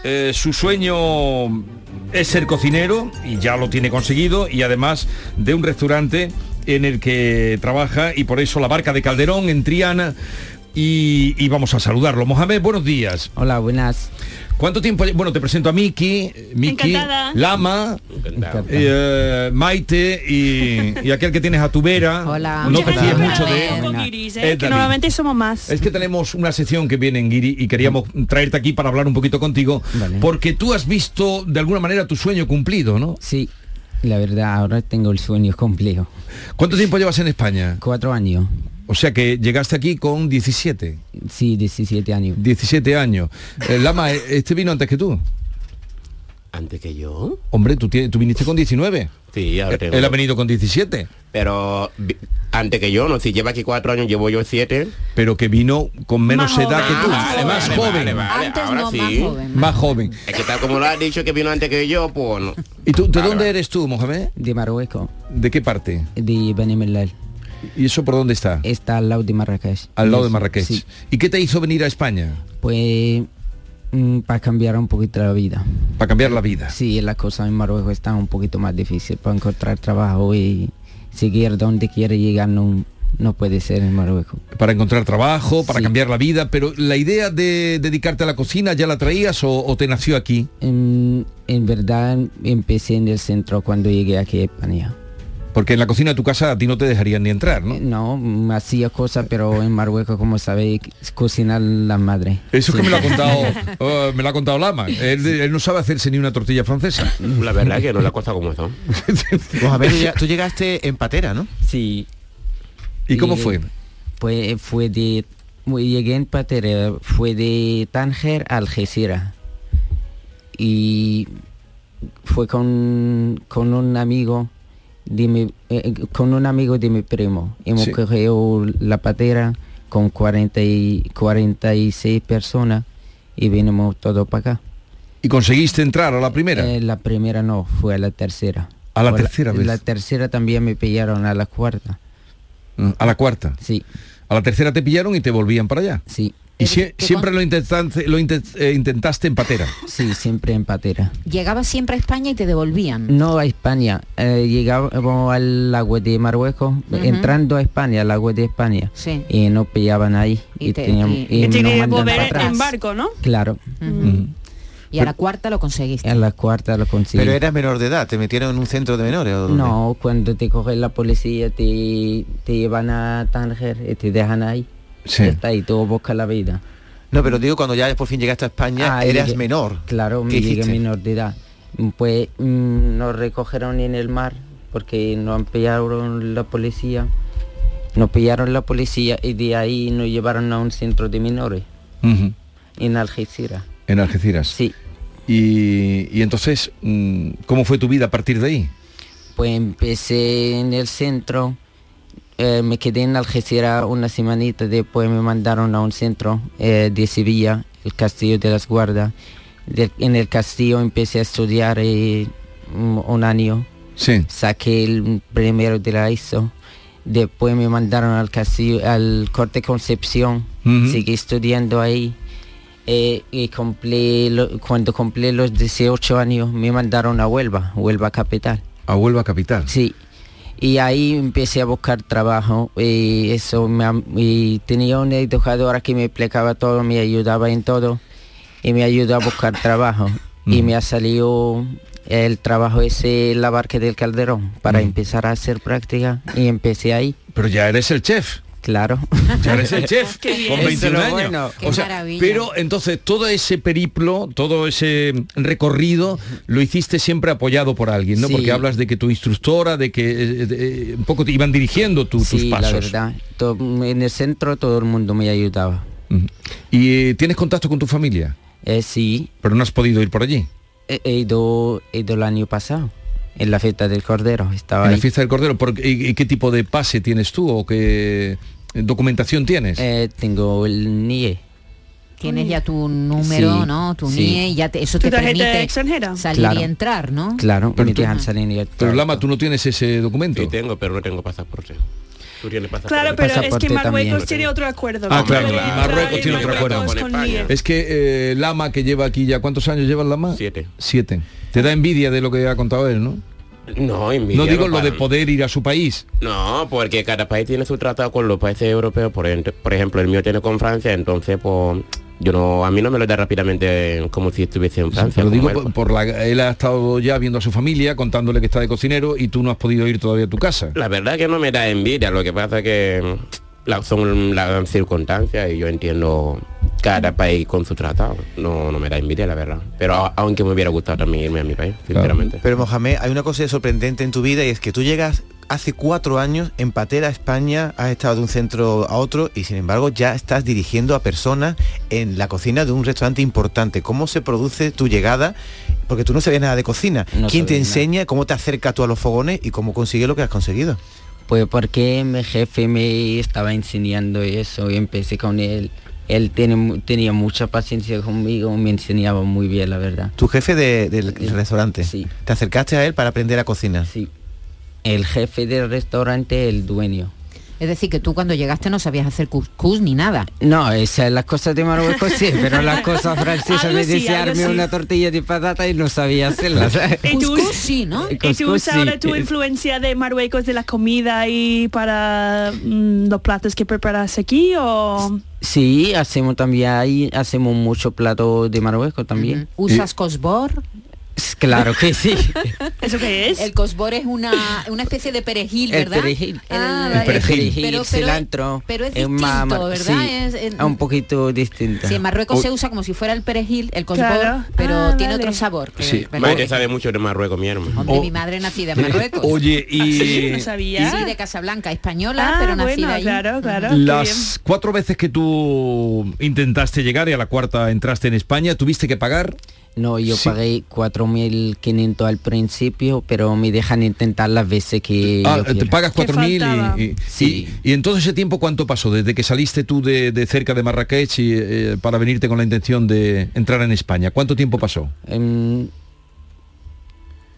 Speaker 3: Eh, su sueño es ser cocinero y ya lo tiene conseguido y además de un restaurante en el que trabaja y por eso la barca de Calderón en Triana y, y vamos a saludarlo. Mohamed, buenos días.
Speaker 13: Hola, buenas.
Speaker 3: ¿Cuánto tiempo? lle- Bueno, te presento a Miki, eh, Miki,
Speaker 13: Encantada.
Speaker 3: Lama,
Speaker 13: Encantado.
Speaker 3: eh, Maite y, y aquel que tienes a tu vera.
Speaker 13: Hola.
Speaker 3: no
Speaker 13: Muchas
Speaker 3: te
Speaker 13: gracias
Speaker 3: fíes
Speaker 13: por
Speaker 3: mucho de
Speaker 13: haber
Speaker 3: él.
Speaker 13: venido,
Speaker 4: Iris, eh,
Speaker 3: Eh,
Speaker 4: que
Speaker 3: David.
Speaker 4: normalmente somos más.
Speaker 3: Es que tenemos una sección que viene en Guiri y queríamos traerte aquí para hablar un poquito contigo, porque tú has visto de alguna manera tu sueño cumplido, ¿no?
Speaker 13: Sí, la verdad, ahora tengo el sueño complejo.
Speaker 3: ¿Cuánto tiempo llevas en España?
Speaker 13: Cuatro años.
Speaker 3: O sea que llegaste aquí con 17.
Speaker 13: Sí, 17 años.
Speaker 3: 17 años. Eh, Lama, eh, este vino antes que tú.
Speaker 6: ¿Antes que yo?
Speaker 3: Hombre, tú, tienes- tú viniste con 19.
Speaker 6: Sí, ahora tengo-
Speaker 3: Él ha venido con 17.
Speaker 6: Pero vi- antes que yo, no, si lleva aquí cuatro años, llevo yo siete.
Speaker 3: Pero que vino con menos
Speaker 6: Más
Speaker 3: edad
Speaker 6: joven.
Speaker 3: que tú.
Speaker 6: Ah, vale,
Speaker 3: más
Speaker 6: vale,
Speaker 3: joven.
Speaker 6: vale, vale, Antes ahora no, sí. más joven,
Speaker 3: Más joven.
Speaker 6: Es que tal como lo has dicho que vino antes que yo, pues no.
Speaker 3: ¿Y tú, de dónde eres tú, Mohamed?
Speaker 13: De Marruecos.
Speaker 3: ¿De qué parte?
Speaker 13: De Benemelal.
Speaker 3: ¿Y eso por dónde está?
Speaker 13: Está al lado de Marrakech.
Speaker 3: Al lado de
Speaker 13: Sí,
Speaker 3: Marrakech.
Speaker 13: sí.
Speaker 3: ¿Y qué te hizo venir a España?
Speaker 13: Pues para cambiar un poquito la vida.
Speaker 3: Para cambiar la vida.
Speaker 13: Sí, las cosas en Marruecos están un poquito más difíciles para encontrar trabajo y seguir donde quiere llegar no, no puede ser en Marruecos.
Speaker 3: Para encontrar trabajo, para cambiar la vida, pero la idea de dedicarte a la cocina ya la traías o, o te nació aquí?
Speaker 13: En, en verdad empecé en el centro cuando llegué aquí a España.
Speaker 3: Porque en la cocina de tu casa a ti no te dejarían ni entrar, ¿no?
Speaker 13: No, mm, hacía cosas, pero en Marruecos, como sabéis, cocinar la madre.
Speaker 3: Eso es que me lo ha contado, eh, me lo ha contado Lama. Él, él no sabe hacerse ni una tortilla francesa.
Speaker 6: La verdad es que no la cosa como son.
Speaker 13: Mohamed, tú ya-
Speaker 5: Pues Tú llegaste en patera, ¿no?
Speaker 13: Sí.
Speaker 3: ¿Y cómo fue?
Speaker 13: Pues fue de... Llegué en Patera, fue de Tánger a Algeciras. Y fue con, con un amigo de mi, eh, con un amigo de mi primo. Hemos
Speaker 7: Sí.
Speaker 13: cogido la patera con 40 y, 46 personas y vinimos todos para acá. Eh,
Speaker 3: ¿Y conseguiste entrar a la primera?
Speaker 13: la primera no, fue a la tercera.
Speaker 3: A la
Speaker 13: Fue
Speaker 3: tercera vez.
Speaker 13: La tercera también me pillaron a la cuarta.
Speaker 3: Mm, ¿A la cuarta?
Speaker 13: Sí.
Speaker 3: ¿A la tercera te pillaron y te volvían para allá?
Speaker 13: Sí.
Speaker 3: ¿Y sie- siempre lo, intentaste, lo intent- eh, intentaste en patera?
Speaker 13: Sí, siempre en patera.
Speaker 1: Llegabas siempre a España y te devolvían.
Speaker 13: No a España, eh, llegábamos al agua de Marruecos,
Speaker 1: Ujú.
Speaker 13: entrando a España, al agua de España,
Speaker 1: Sí.
Speaker 13: y nos pillaban ahí y,
Speaker 1: te-
Speaker 13: teníamos
Speaker 1: y-
Speaker 13: y
Speaker 1: Que
Speaker 13: nos
Speaker 1: tiene que
Speaker 13: mandaban
Speaker 1: volver
Speaker 13: para atrás.
Speaker 1: en barco, ¿no? Mm.
Speaker 13: Claro,
Speaker 1: Y a la cuarta lo conseguiste.
Speaker 13: en la cuarta lo conseguí.
Speaker 5: Pero eras menor de edad, te metieron en un centro de menores. ¿o dónde?
Speaker 13: No, cuando te coge la policía te, te llevan a Tánger y te dejan ahí. Ya está ahí, tú buscas la vida.
Speaker 5: No, pero digo, cuando ya por fin llegaste a España,
Speaker 13: Ah,
Speaker 5: eras
Speaker 13: llegué-
Speaker 5: menor.
Speaker 13: Claro,
Speaker 5: ¿Qué
Speaker 13: me llegué
Speaker 5: hiciste?
Speaker 13: menor de edad. Pues mm, nos recogieron en el mar porque nos pillaron la policía. Nos pillaron la policía y de ahí nos llevaron a un centro de menores
Speaker 3: Ujú.
Speaker 13: en Algeciras.
Speaker 3: En Algeciras.
Speaker 13: Sí.
Speaker 3: Y, y entonces, mm, ¿cómo fue tu vida a partir de ahí?
Speaker 13: Pues empecé en el centro, eh, me quedé en Algeciras una semanita, después me mandaron a un centro eh, de Sevilla, el Castillo de las Guardas. De- en el castillo empecé a estudiar eh, un un año. Saqué el primero de la ISO. Después me mandaron al castillo, al Corte Concepción.
Speaker 7: Ujú.
Speaker 13: Seguí estudiando ahí. Eh, y cumplí lo- cuando cumplí los 18 años me mandaron a Huelva, Huelva capital.
Speaker 3: A Huelva capital.
Speaker 13: Sí. Y ahí empecé a buscar trabajo y eso me, am- y tenía una educadora que me explicaba todo, me ayudaba en todo y me ayudó a buscar trabajo y me ha salido El trabajo es eh, la barca del calderón para empezar a hacer práctica y empecé ahí.
Speaker 3: Pero ya eres el chef.
Speaker 13: Claro.
Speaker 3: Ya eres el chef
Speaker 13: Qué bien.
Speaker 3: con
Speaker 13: Eso
Speaker 3: 21
Speaker 13: es
Speaker 3: años.
Speaker 13: bueno. Qué
Speaker 3: O sea,
Speaker 13: maravilla.
Speaker 3: pero entonces todo ese periplo, todo ese recorrido lo hiciste siempre apoyado por alguien, ¿no?
Speaker 13: Sí.
Speaker 3: Porque hablas de que tu instructora, de que eh, de- eh, un poco te iban dirigiendo tu- tus
Speaker 13: Sí, la
Speaker 3: pasos.
Speaker 13: verdad. To- en el centro todo el mundo me ayudaba. Eh,
Speaker 3: ¿Y eh, tienes contacto con tu familia?
Speaker 13: sí.
Speaker 3: Pero no has podido ir por allí.
Speaker 13: He, he ido, he ido el año pasado, en la fiesta del Cordero. Estaba
Speaker 3: en la
Speaker 13: ahí.
Speaker 3: fiesta del Cordero, ¿por qué- y- y qué tipo de pase tienes tú o qué documentación tienes?
Speaker 13: Eh, tengo el E. NIE.
Speaker 1: Tienes ya tu número,
Speaker 13: Sí,
Speaker 1: ¿no? Tu
Speaker 13: sí.
Speaker 1: NIE, y ya te- eso
Speaker 4: ¿Tu
Speaker 1: te
Speaker 4: tarjeta
Speaker 1: permite
Speaker 4: extranjera?
Speaker 1: salir
Speaker 13: Claro.
Speaker 1: y entrar, ¿no?
Speaker 13: Claro,
Speaker 3: Pero
Speaker 13: me
Speaker 3: tú-
Speaker 13: dejan salir y
Speaker 3: Pero Lama, tú no tienes ese documento.
Speaker 6: Sí tengo, pero no tengo pasaporte. Tú tienes pasaporte.
Speaker 4: Claro, pero es que Marruecos tiene otro acuerdo.
Speaker 3: Ah,
Speaker 4: ¿no?
Speaker 3: claro,
Speaker 4: Puede entrar
Speaker 3: Marruecos tiene otro
Speaker 4: Marruecos
Speaker 3: acuerdo.
Speaker 4: con Líder.
Speaker 3: Es que eh, Lama que lleva aquí ya, ¿cuántos años lleva el Lama? Siete. Siete. Te da envidia de lo que ha contado él, ¿no?
Speaker 6: No, envidia
Speaker 3: No digo
Speaker 6: no
Speaker 3: lo de
Speaker 6: para.
Speaker 3: poder ir a su país.
Speaker 6: No, porque cada país tiene su tratado con los países europeos. Por, ent- por ejemplo, el mío tiene con Francia, entonces pues yo no, a mí no me lo da rápidamente como si estuviese en Francia.
Speaker 3: Lo
Speaker 6: como
Speaker 3: digo
Speaker 6: él.
Speaker 3: por, por la, él ha estado ya viendo a su familia, contándole que está de cocinero y tú no has podido ir todavía a tu casa.
Speaker 6: La verdad que no me da envidia, lo que pasa que mm, la- son las circunstancias y yo entiendo cada país con su tratado. No, no me da envidia, la verdad. Pero a- aunque me hubiera gustado también irme a mi país, sinceramente.
Speaker 5: Pero Mohamed, hay una cosa sorprendente en tu vida y es que tú llegas hace cuatro años en patera a España, has estado de un centro a otro y sin embargo ya estás dirigiendo a personas en la cocina de un restaurante importante. ¿Cómo se produce tu llegada? Porque tú no sabías nada de cocina.
Speaker 13: No
Speaker 5: ¿Quién te
Speaker 13: sabía nada.
Speaker 5: enseña? ¿Cómo te acercas tú a los fogones y cómo consigues lo que has conseguido?
Speaker 13: Pues porque mi jefe me estaba enseñando eso y empecé con él. Él tiene mu- tenía mucha paciencia conmigo, me enseñaba muy bien, la verdad.
Speaker 5: Tu jefe de- del restaurante. Te acercaste a él para aprender a cocinar.
Speaker 13: Sí. El jefe del restaurante, el dueño.
Speaker 1: Es decir, que tú cuando llegaste no sabías hacer couscous ni nada.
Speaker 13: No, esas las cosas de Marruecos sí, pero las cosas francesas
Speaker 1: Algo
Speaker 13: me
Speaker 1: sí,
Speaker 13: decía
Speaker 1: algo
Speaker 13: "Hazme
Speaker 1: sí".
Speaker 13: una tortilla de patata y no sabía hacerlas.
Speaker 1: Couscous sí, ¿no?
Speaker 4: Y tú
Speaker 13: Couscous,
Speaker 4: usas ahora
Speaker 13: sí.
Speaker 4: tu influencia de Marruecos de la comida y para mm, los platos que preparas aquí o
Speaker 13: Sí, hacemos también ahí, hacemos mucho plato de Marruecos también.
Speaker 1: ¿Usas cosbor?
Speaker 13: Y- Claro que sí.
Speaker 4: ¿Eso qué es?
Speaker 1: El cosbor es una, una especie de perejil,
Speaker 13: El
Speaker 1: ¿verdad?
Speaker 13: perejil.
Speaker 1: Ah,
Speaker 13: El
Speaker 1: vale.
Speaker 13: perejil,
Speaker 1: Pero- pero-
Speaker 13: cilantro.
Speaker 1: pero es
Speaker 13: un ma-
Speaker 1: distinto,
Speaker 13: ma-
Speaker 1: ¿verdad?
Speaker 13: sí,
Speaker 1: Es- es-
Speaker 13: un poquito distinto.
Speaker 1: Sí, en Marruecos
Speaker 13: O-
Speaker 1: se usa como si fuera el perejil, el cosbor,
Speaker 4: Claro.
Speaker 1: pero
Speaker 4: Ah,
Speaker 1: tiene
Speaker 4: vale.
Speaker 1: otro sabor. que-
Speaker 6: Sí,
Speaker 1: pero-
Speaker 6: Maite sabe mucho de Marruecos, mi hermano.
Speaker 1: Hombre, mi madre nacida en Marruecos. Ah,
Speaker 3: Oye, y
Speaker 1: Sí, de Casablanca, española,
Speaker 4: Ah,
Speaker 1: pero nacida
Speaker 4: bueno,
Speaker 1: allí.
Speaker 4: claro, claro. qué bien.
Speaker 3: las cuatro veces que tú intentaste llegar y a la cuarta entraste en España, ¿tuviste que pagar?
Speaker 13: No, yo
Speaker 3: Sí.
Speaker 13: pagué 4.500 al principio, pero me dejan intentar las veces que
Speaker 3: Ah,
Speaker 13: yo
Speaker 3: te
Speaker 13: quiera.
Speaker 3: pagas 4.000 y, y, y- y en todo ese tiempo cuánto pasó desde que saliste tú de, de cerca de Marrakech y, eh, para venirte con la intención de entrar en España. ¿Cuánto tiempo pasó?
Speaker 13: Em,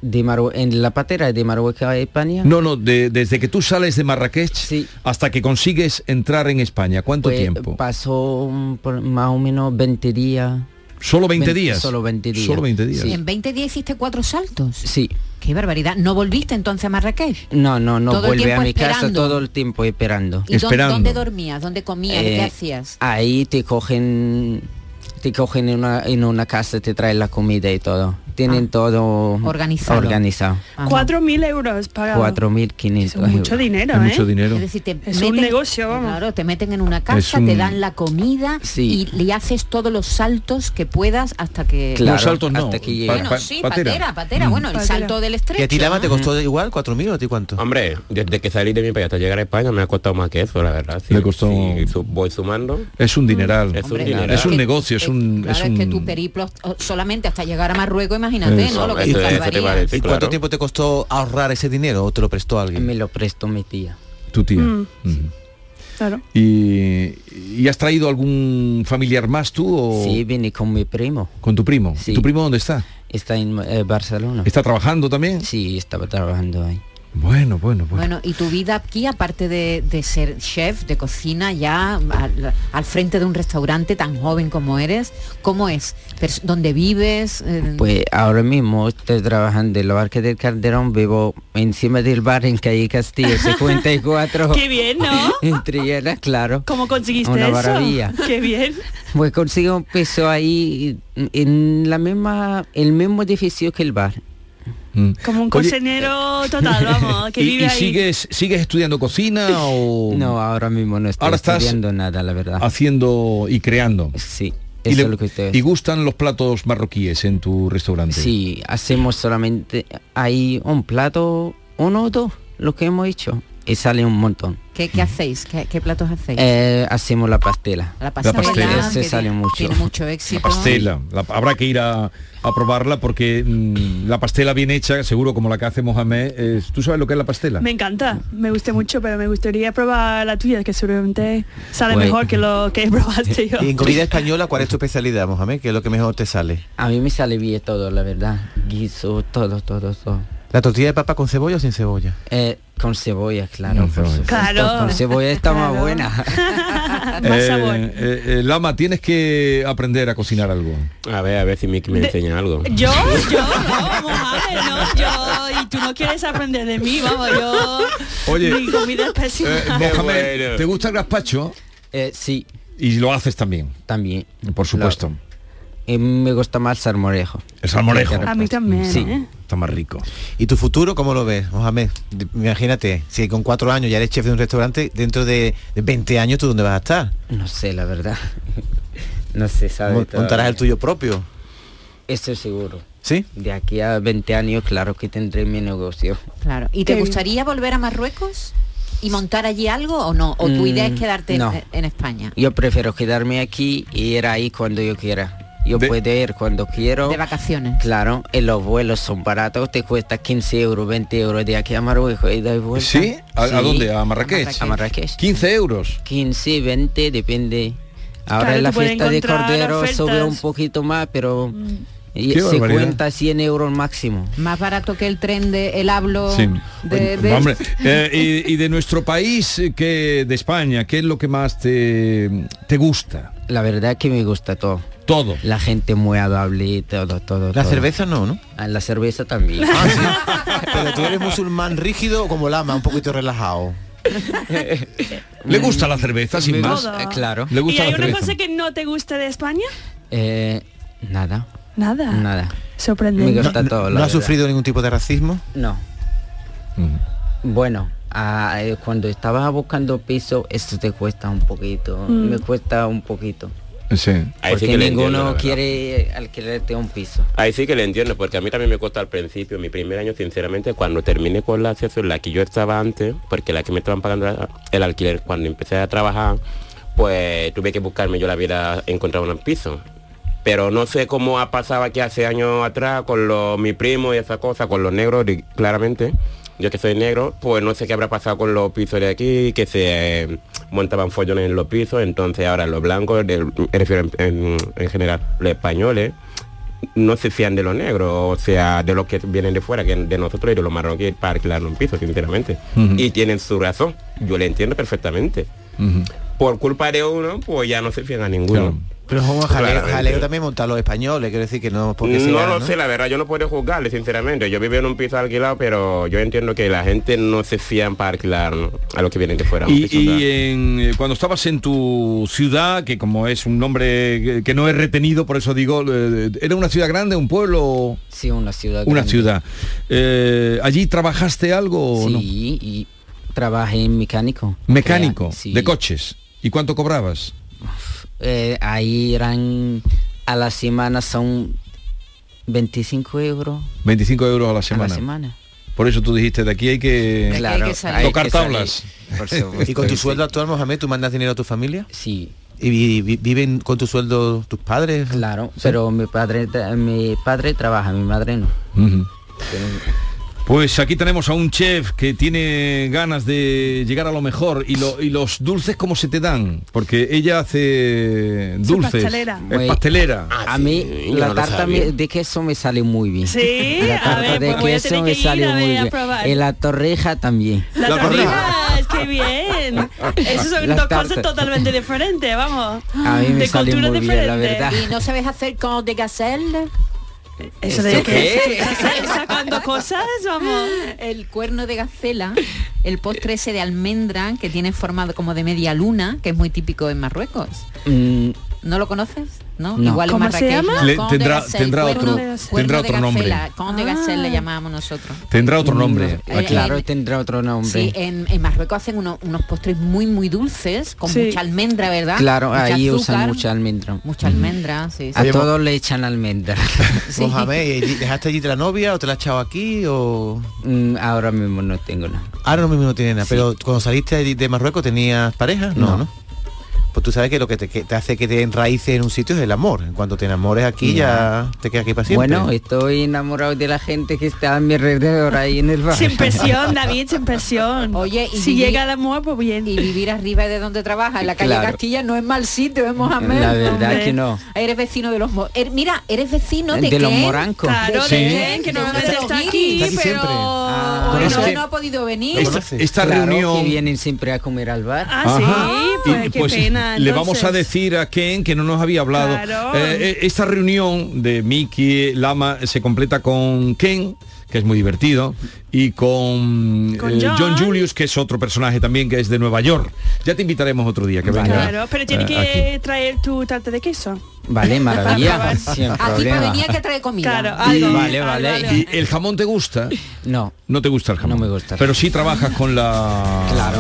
Speaker 13: de Marru- en la patera de Marruecos a España.
Speaker 3: No, no, de- desde que tú sales de Marrakech hasta que consigues entrar en España. ¿Cuánto
Speaker 13: Pues,
Speaker 3: tiempo?
Speaker 13: Pasó mm, por más o menos 20 días.
Speaker 3: ¿Solo 20 días?
Speaker 13: Solo 20 días.
Speaker 3: Solo 20 días.
Speaker 13: Sí.
Speaker 1: En 20 días hiciste cuatro saltos.
Speaker 13: Sí.
Speaker 1: Qué barbaridad. ¿No volviste entonces a Marrakech?
Speaker 13: No, no, no
Speaker 1: Todo el
Speaker 13: vuelve a
Speaker 1: tiempo
Speaker 13: mi casa
Speaker 1: esperando.
Speaker 13: todo el tiempo esperando.
Speaker 1: ¿Y dó- dónde dormías? ¿Dónde comías? ¿Qué
Speaker 13: Eh,
Speaker 1: hacías?
Speaker 13: Ahí te cogen te cogen en una, en una casa, te traen la comida y todo. Tienen todo
Speaker 1: Ah. Organizado. Ah.
Speaker 13: organizado.
Speaker 4: 4.000 euros pagados.
Speaker 13: 4.500
Speaker 4: Mucho
Speaker 13: euros.
Speaker 4: dinero,
Speaker 13: Es
Speaker 4: ¿eh?
Speaker 13: mucho dinero.
Speaker 1: Es decir, te
Speaker 4: Es un negocio, vamos.
Speaker 1: Claro, te meten en una casa,
Speaker 13: Es un-
Speaker 1: te dan la comida
Speaker 13: Sí.
Speaker 1: y le haces todos los saltos que puedas hasta que...
Speaker 5: Claro, Los saltos no, hasta que llegue.
Speaker 1: Bueno,
Speaker 5: pa-
Speaker 1: sí,
Speaker 5: patera.
Speaker 1: patera, patera. Bueno, el
Speaker 5: Patera.
Speaker 1: salto del estrecho.
Speaker 5: ¿Y a ti Lama te
Speaker 1: ¿no?
Speaker 5: costó igual 4.000 o a ti cuánto?
Speaker 6: Hombre, desde que salí de mi país hasta llegar a España me ha costado más que eso, la verdad. Sí, me costó... voy sumando.
Speaker 3: Es un dineral.
Speaker 6: Es
Speaker 1: Hombre,
Speaker 6: un dineral.
Speaker 3: Es un negocio, es
Speaker 1: Claro,
Speaker 3: un... Mm, es
Speaker 1: es, que
Speaker 3: un-
Speaker 1: tu periplo o- solamente hasta llegar a Marruecos, imagínate, ¿no? Lo que
Speaker 5: ¿Y
Speaker 1: te salvaría.
Speaker 5: ¿Y cuánto tiempo te costó ahorrar ese dinero o te lo prestó alguien?
Speaker 13: Me lo prestó mi tía.
Speaker 3: Tu tía.
Speaker 4: Mm,
Speaker 3: Mm.
Speaker 4: claro.
Speaker 3: ¿Y, y has traído algún familiar más tú? O...
Speaker 13: Sí, vine con mi primo.
Speaker 3: ¿Con tu primo? ¿Y ¿Tu primo dónde está?
Speaker 13: Está en eh, Barcelona.
Speaker 3: ¿Está trabajando también?
Speaker 13: Sí, estaba trabajando ahí.
Speaker 3: Bueno, bueno,
Speaker 1: Bueno,
Speaker 3: bueno.
Speaker 1: y tu vida aquí, aparte de, de ser chef de cocina, ya al, al frente de un restaurante tan joven como eres, ¿cómo es? Pers- ¿Dónde vives? Eh,
Speaker 13: Pues ahora mismo estoy trabajando en la barca del Calderón, vivo encima del bar en calle Castillo 54.
Speaker 4: Qué bien, ¿no?
Speaker 13: en Triana, claro.
Speaker 4: ¿Cómo conseguiste
Speaker 13: Una
Speaker 4: eso?
Speaker 13: maravilla.
Speaker 4: Qué bien.
Speaker 13: Pues consigo un piso ahí en la misma, el mismo edificio que el bar. Mm.
Speaker 4: Como un
Speaker 3: Oye,
Speaker 4: cocinero total, vamos, que
Speaker 3: ¿Y,
Speaker 4: vive
Speaker 3: y
Speaker 4: ahí.
Speaker 3: sigues sigues estudiando cocina o
Speaker 13: No, ahora mismo no estoy
Speaker 3: Ahora estás
Speaker 13: estudiando nada, la verdad.
Speaker 3: haciendo y creando?
Speaker 13: Sí.
Speaker 3: ¿Y,
Speaker 13: eso
Speaker 3: le-
Speaker 13: es lo que estoy
Speaker 3: y gustan los platos marroquíes en tu restaurante?
Speaker 13: Sí, hacemos solamente hay un plato, uno o dos, lo que hemos hecho y sale un montón.
Speaker 1: ¿Qué, qué hacéis? ¿Qué, qué platos hacéis?
Speaker 13: Eh, hacemos la pastela.
Speaker 1: La pastela,
Speaker 3: pastela.
Speaker 13: Ese
Speaker 1: que
Speaker 13: sale
Speaker 1: tiene-
Speaker 13: mucho.
Speaker 1: Tiene mucho éxito.
Speaker 3: La pastela. La- habrá que ir a, a probarla porque mm, la pastela bien hecha, seguro como la que hace Mohamed, es- ¿tú sabes lo que es la pastela?
Speaker 4: Me encanta, me gusta mucho, pero me gustaría probar la tuya, que seguramente sale
Speaker 5: Guay.
Speaker 4: mejor que lo que probaste yo.
Speaker 5: Y en comida española, ¿cuál es tu especialidad, Mohamed? ¿Qué es lo que mejor te sale?
Speaker 13: A mí me sale bien todo, la verdad. Guiso, todo, todo, todo.
Speaker 5: ¿La tortilla de papa con cebolla o sin cebolla?
Speaker 13: Eh, con cebolla, claro. por supuesto.
Speaker 5: Claro.
Speaker 13: Con cebolla está más buena.
Speaker 3: Eh, eh, eh, Lama, tienes que aprender a cocinar algo.
Speaker 6: A ver, a ver si Miki me
Speaker 4: De-
Speaker 6: enseña algo.
Speaker 4: Yo, yo, no, Mohamed, no, yo, y tú no quieres aprender de mí, vamos, yo,
Speaker 3: Oye,
Speaker 4: mi comida especial.
Speaker 3: Eh, Mohamed, ¿te gusta el gazpacho?
Speaker 13: Eh, sí.
Speaker 3: Y lo haces también.
Speaker 13: También.
Speaker 3: Por supuesto.
Speaker 13: Eh, me gusta más el salmorejo.
Speaker 3: El salmorejo.
Speaker 4: A mí también,
Speaker 5: Sí.
Speaker 4: ¿eh?
Speaker 3: Está más rico.
Speaker 5: ¿Y tu futuro cómo lo ves, Mohamed? D- Imagínate, si con cuatro años ya eres chef de un restaurante, dentro de de 20 años, ¿tú dónde vas a estar?
Speaker 13: No sé, la verdad. No se sabe.
Speaker 5: Mon- montarás el
Speaker 13: tuyo propio? Eso seguro.
Speaker 5: ¿Sí?
Speaker 13: De aquí a 20 años, claro que tendré mi negocio.
Speaker 1: Claro. ¿Y te
Speaker 13: Qué-
Speaker 1: gustaría volver a Marruecos y montar allí algo o no? ¿O tu idea es
Speaker 13: Mm,
Speaker 1: quedarte en-
Speaker 13: no.
Speaker 1: en, España?
Speaker 13: Yo prefiero quedarme aquí y ir ahí cuando yo quiera. Yo puedo ir cuando quiero.
Speaker 1: De vacaciones.
Speaker 13: Claro, y los vuelos son baratos, te cuesta 15 euros, 20 euros de aquí a Marruecos y de vuelta.
Speaker 3: ¿Sí? ¿A- a dónde? ¿A Marrakech?
Speaker 13: A Marrakech.
Speaker 3: 15 euros.
Speaker 13: 15, 20, depende. Ahora
Speaker 3: Claro,
Speaker 13: en la
Speaker 3: tú puedes
Speaker 13: fiesta de
Speaker 3: encontrar
Speaker 13: Cordero sube un
Speaker 1: ofertas.
Speaker 13: poquito más, pero y
Speaker 3: Mm. Qué
Speaker 13: 50,
Speaker 3: barbaridad.
Speaker 13: 100 euros máximo.
Speaker 1: Más barato que el tren de El Hablo
Speaker 3: Sí.
Speaker 1: de, de-
Speaker 3: No, hombre, eh, y, y de nuestro país, eh, que de España, ¿qué es lo que más te, te gusta?
Speaker 13: La verdad que me gusta todo.
Speaker 3: Todo.
Speaker 13: La gente muy adorable, todo, todo.
Speaker 5: La
Speaker 13: todo.
Speaker 5: cerveza no, ¿no?
Speaker 13: Ah, La cerveza también.
Speaker 5: Ah, Pero tú eres musulmán rígido o como lama, un poquito relajado.
Speaker 3: ¿Le gusta la cerveza, sin
Speaker 13: Me
Speaker 3: más?
Speaker 4: gusta, eh,
Speaker 13: claro.
Speaker 3: ¿Le
Speaker 4: ¿Y
Speaker 3: gusta
Speaker 4: hay
Speaker 3: la
Speaker 4: una
Speaker 3: cerveza?
Speaker 4: cosa que no te gusta de España?
Speaker 13: Eh, nada,
Speaker 4: Nada.
Speaker 13: nada.
Speaker 5: Mm.
Speaker 4: Sorprendente.
Speaker 13: Me gusta todo, la
Speaker 5: ¿No
Speaker 13: verdad.
Speaker 5: has sufrido ningún tipo de racismo?
Speaker 13: No. Bueno, ah, eh, cuando estaba buscando piso, esto te cuesta un poquito.
Speaker 5: Mm.
Speaker 13: Me cuesta un poquito.
Speaker 3: Sí.
Speaker 6: Ahí sí
Speaker 13: porque
Speaker 6: que le entiendo, la
Speaker 13: ninguno
Speaker 6: verdad.
Speaker 13: quiere alquilarte un piso.
Speaker 6: Ahí sí que le entiendo, porque a mí también me costó al principio, mi primer año, sinceramente, cuando terminé con la acceso, la que yo estaba antes, porque la que me estaban pagando era el alquiler, cuando empecé a trabajar, pues tuve que buscarme yo la vida, encontrar un piso. Pero no sé cómo ha pasado aquí hace años atrás con los, mi primo y esa cosa, con los negros, di- claramente. Yo que soy negro, pues no sé qué habrá pasado con los pisos de aquí, que se eh, montaban follones en los pisos, entonces ahora los blancos, del- me refiero en, en- en general, los españoles, no se fían de los negros, o sea, de los que vienen de fuera, que de nosotros y de los marroquíes para alquilar un piso, sinceramente.
Speaker 3: Ujú.
Speaker 6: Y tienen su razón, yo le entiendo perfectamente. Por culpa de uno, pues ya no se fían a ninguno.
Speaker 5: Pero es un jaleo,
Speaker 6: Claramente.
Speaker 5: jaleo también montar los españoles, quiero decir que no porque se
Speaker 6: no
Speaker 5: ganan,
Speaker 6: lo
Speaker 5: ¿no?
Speaker 6: sé, la verdad, yo no puedo juzgarle, sinceramente. Yo vivo en un piso alquilado, pero yo entiendo que la gente no se fían para alquilar ¿no? a los que vienen de fuera.
Speaker 3: Y,
Speaker 6: Eso
Speaker 3: y
Speaker 6: da-
Speaker 3: en, eh, cuando estabas en tu ciudad, que como es un nombre que- que no he retenido, por eso digo, eh, ¿era una ciudad grande, un pueblo?
Speaker 13: Sí, una ciudad.
Speaker 3: Una
Speaker 13: grande.
Speaker 3: ciudad. Eh, ¿Allí trabajaste algo o
Speaker 13: Sí,
Speaker 3: no?
Speaker 13: y trabajé en mecánico.
Speaker 3: Mecánico,
Speaker 13: Crea- sí.
Speaker 3: de coches. ¿Y cuánto cobrabas?
Speaker 13: Eh, ahí eran a la semana son 25 euros
Speaker 3: 25 euros a la
Speaker 13: a
Speaker 3: semana.
Speaker 13: la semana.
Speaker 3: Por eso tú dijiste, de aquí hay que,
Speaker 13: Claro, hay que salir.
Speaker 3: tocar
Speaker 13: hay que salir,
Speaker 3: tablas.
Speaker 13: por supuesto.
Speaker 5: ¿Y con tu
Speaker 13: Sí.
Speaker 5: sueldo actual, Mohamed, tú mandas dinero a tu familia?
Speaker 13: Sí.
Speaker 5: ¿Y vi- vi- viven con tu sueldo tus padres?
Speaker 13: Claro, pero mi padre tra- mi padre trabaja, mi madre no.
Speaker 3: Ujú. Pues aquí tenemos a un chef que tiene ganas de llegar a lo mejor y, lo- y los dulces cómo se te dan, porque ella hace dulces.
Speaker 13: pastelera.
Speaker 3: Es
Speaker 13: Muy-
Speaker 3: pastelera.
Speaker 13: Pues,
Speaker 3: Ah,
Speaker 13: a mí la tarta me- de queso me sale muy bien.
Speaker 4: Sí,
Speaker 13: la
Speaker 4: a
Speaker 13: tarta
Speaker 4: ver,
Speaker 13: de
Speaker 4: pues voy a
Speaker 13: queso
Speaker 4: tener
Speaker 13: me
Speaker 4: que ir
Speaker 13: sale
Speaker 4: a
Speaker 13: muy
Speaker 4: ver, a
Speaker 13: bien.
Speaker 4: probar.
Speaker 13: Y la torreja también.
Speaker 4: La torrijas, qué bien. Eso son
Speaker 13: Las
Speaker 4: dos
Speaker 13: tartas.
Speaker 4: cosas totalmente diferentes, vamos.
Speaker 13: A mí me
Speaker 4: de
Speaker 13: sale
Speaker 4: culturas
Speaker 13: muy bien, la
Speaker 4: diferentes.
Speaker 13: verdad.
Speaker 1: ¿Y no sabes hacer con de gazelle?
Speaker 4: ¿Eso de qué? ¿Estás sacando cosas? Vamos.
Speaker 1: El cuerno de gacela, el postre ese de almendra que tiene forma como de media luna, que es muy típico en Marruecos.
Speaker 13: Mm,
Speaker 1: ¿No lo conoces? ¿no?
Speaker 13: No.
Speaker 1: Igual es
Speaker 13: ¿Cómo
Speaker 1: más
Speaker 13: se
Speaker 1: Raquel.
Speaker 13: llama?
Speaker 3: Le-
Speaker 1: Conde
Speaker 3: tendrá-
Speaker 1: Gasell,
Speaker 3: tendrá
Speaker 1: cuerno-
Speaker 3: otro-
Speaker 1: cuerno
Speaker 3: tendrá
Speaker 1: de
Speaker 3: otro
Speaker 1: Gacela,
Speaker 3: nombre.
Speaker 1: Conde Gasell le llamábamos nosotros.
Speaker 3: Tendrá otro nombre.
Speaker 13: Eh,
Speaker 3: aquí.
Speaker 13: claro, tendrá otro nombre.
Speaker 1: Sí, en, en Marruecos hacen uno- unos postres muy muy dulces con
Speaker 13: Sí.
Speaker 1: mucha almendra, ¿verdad?
Speaker 13: Claro,
Speaker 1: Mucha
Speaker 13: ahí usan
Speaker 1: azúcar,
Speaker 13: mucha almendra.
Speaker 1: mucha almendra, sí. sí.
Speaker 13: A todos le echan almendra.
Speaker 5: Mohamed, Pues, ¿y ¿dejaste allí de la novia o te la has echado aquí o...?
Speaker 13: Mm, ahora mismo no tengo nada.
Speaker 5: Ahora mismo no tiene nada, pero cuando saliste de- de Marruecos tenías pareja, no, ¿no? Pues tú sabes que lo que te, que te hace que te enraíces en un sitio es el amor. En cuanto te enamores aquí ya, te quedas aquí para siempre.
Speaker 13: Bueno, estoy enamorado de la gente que está a mi alrededor ahí en el barrio.
Speaker 4: Sin presión, David, sin presión. Oye,
Speaker 1: y
Speaker 4: si
Speaker 1: vivir-
Speaker 4: llega el amor, pues bien.
Speaker 1: Y vivir arriba de donde trabaja, en la calle
Speaker 13: Claro.
Speaker 1: Castilla, no es mal sitio, es Mohamed.
Speaker 13: La verdad
Speaker 1: hombre.
Speaker 13: que no.
Speaker 1: Eres vecino de los mo- er- mira, eres vecino de,
Speaker 13: De los
Speaker 1: Ken.
Speaker 13: morancos. Claro,
Speaker 1: de
Speaker 13: Sí.
Speaker 1: Ken, que normalmente está aquí,
Speaker 13: Está aquí
Speaker 1: pero
Speaker 13: siempre. Ah.
Speaker 1: hoy no,
Speaker 13: Conoce-
Speaker 1: no ha podido venir.
Speaker 3: Esta- esta
Speaker 13: Claro,
Speaker 3: reunión-
Speaker 13: que vienen siempre a comer al bar.
Speaker 10: Ah,
Speaker 4: Ah,
Speaker 3: Ajá. Y, pues, Le vamos a decir a Ken que no nos había hablado. Eh, eh, esta reunión de Mickey Lama se completa con Ken que es muy divertido, y con,
Speaker 4: Con
Speaker 3: eh, John.
Speaker 4: John.
Speaker 3: Julius, que es otro personaje también, que es de Nueva York. Ya te invitaremos otro día que venga.
Speaker 4: Claro, pero tiene
Speaker 3: eh,
Speaker 4: que
Speaker 3: aquí.
Speaker 4: traer tu tarta de queso.
Speaker 13: Vale, maravilla.
Speaker 3: Aquí
Speaker 13: sin
Speaker 3: para
Speaker 13: problema.
Speaker 3: venir
Speaker 1: Tenía que traer comida.
Speaker 4: Claro,
Speaker 3: Y-
Speaker 4: algo.
Speaker 3: vale,
Speaker 13: vale.
Speaker 3: ¿Y el jamón te gusta?
Speaker 13: No.
Speaker 3: No te gusta el jamón. No me gusta. Pero sí trabajas con la. Claro.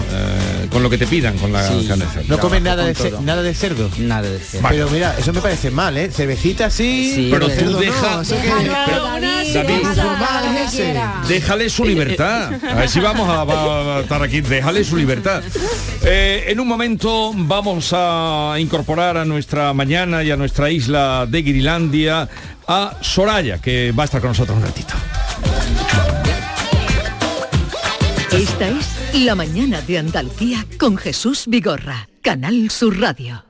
Speaker 3: con lo que te pidan, con la
Speaker 5: Sí,
Speaker 3: carne de cerdo.
Speaker 5: no comes nada de, ce- nada de cerdo.
Speaker 13: Nada de cerdo.
Speaker 5: Pero mira, eso me parece mal, ¿eh? Cervecita sí,
Speaker 3: Sí, pero tú
Speaker 5: cerdo no,
Speaker 3: deja-
Speaker 5: eso que-
Speaker 3: Déjalo,
Speaker 5: pero-
Speaker 3: David,
Speaker 5: pero
Speaker 3: David.
Speaker 5: musulmán es ese.
Speaker 3: Déjale su libertad. A ver si vamos a, va- a estar aquí. Déjale su libertad. Eh, en un momento vamos a incorporar a nuestra mañana y a nuestra isla de Grilandia a Soraya, que va a estar con nosotros un ratito.
Speaker 2: Esta es La Mañana de Andalucía con Jesús Vigorra, Canal Sur Radio.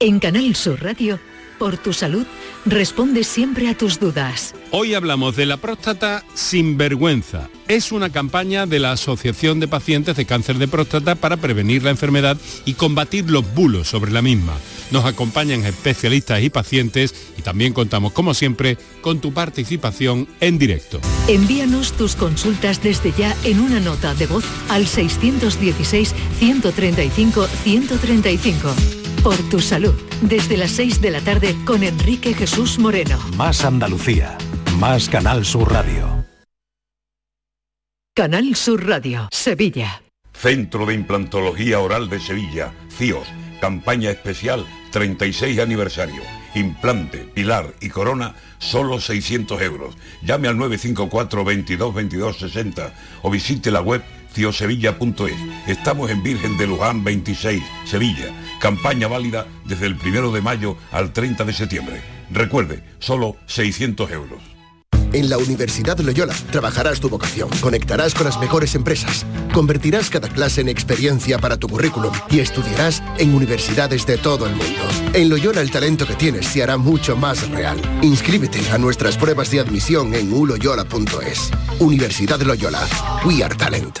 Speaker 2: En Canal Sur Radio, por tu salud, responde siempre a tus dudas.
Speaker 7: Hoy hablamos de la próstata sin vergüenza. Es una campaña de la Asociación de Pacientes de Cáncer de Próstata para prevenir la enfermedad y combatir los bulos sobre la misma. Nos acompañan especialistas y pacientes y también contamos, como siempre, con tu participación en directo.
Speaker 2: Envíanos tus consultas desde ya en una nota de voz al 616-135-135. Por tu salud, desde las 6 de la tarde con Enrique Jesús Moreno.
Speaker 20: Más Andalucía. Más Canal Sur Radio.
Speaker 2: Canal Sur Radio, Sevilla.
Speaker 11: Centro de Implantología Oral de Sevilla, CIOS, campaña especial 36 aniversario. Implante, pilar y corona, solo 600 euros. Llame al 954 22 22 60 o visite la web ciosevilla.es. Estamos en Virgen de Luján 26, Sevilla. Campaña válida desde el 1 de mayo al 30 de septiembre. Recuerde, solo 600 euros.
Speaker 8: En la Universidad Loyola trabajarás tu vocación, conectarás con las mejores empresas, convertirás cada clase en experiencia para tu currículum y estudiarás en universidades de todo el mundo. En Loyola el talento que tienes se hará mucho más real. Inscríbete a nuestras pruebas de admisión en uloyola.es. Universidad Loyola. We are talent.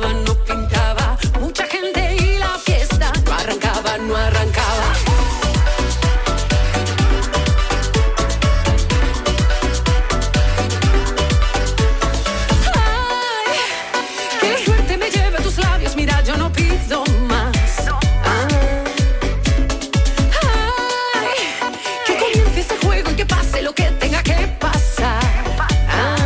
Speaker 21: no pintaba. Mucha gente y la fiesta no arrancaba, no arrancaba. Ay, qué suerte me lleva tus labios, mira, yo no pido más. Ay, que comience este juego y que pase lo que tenga que pasar. Ah.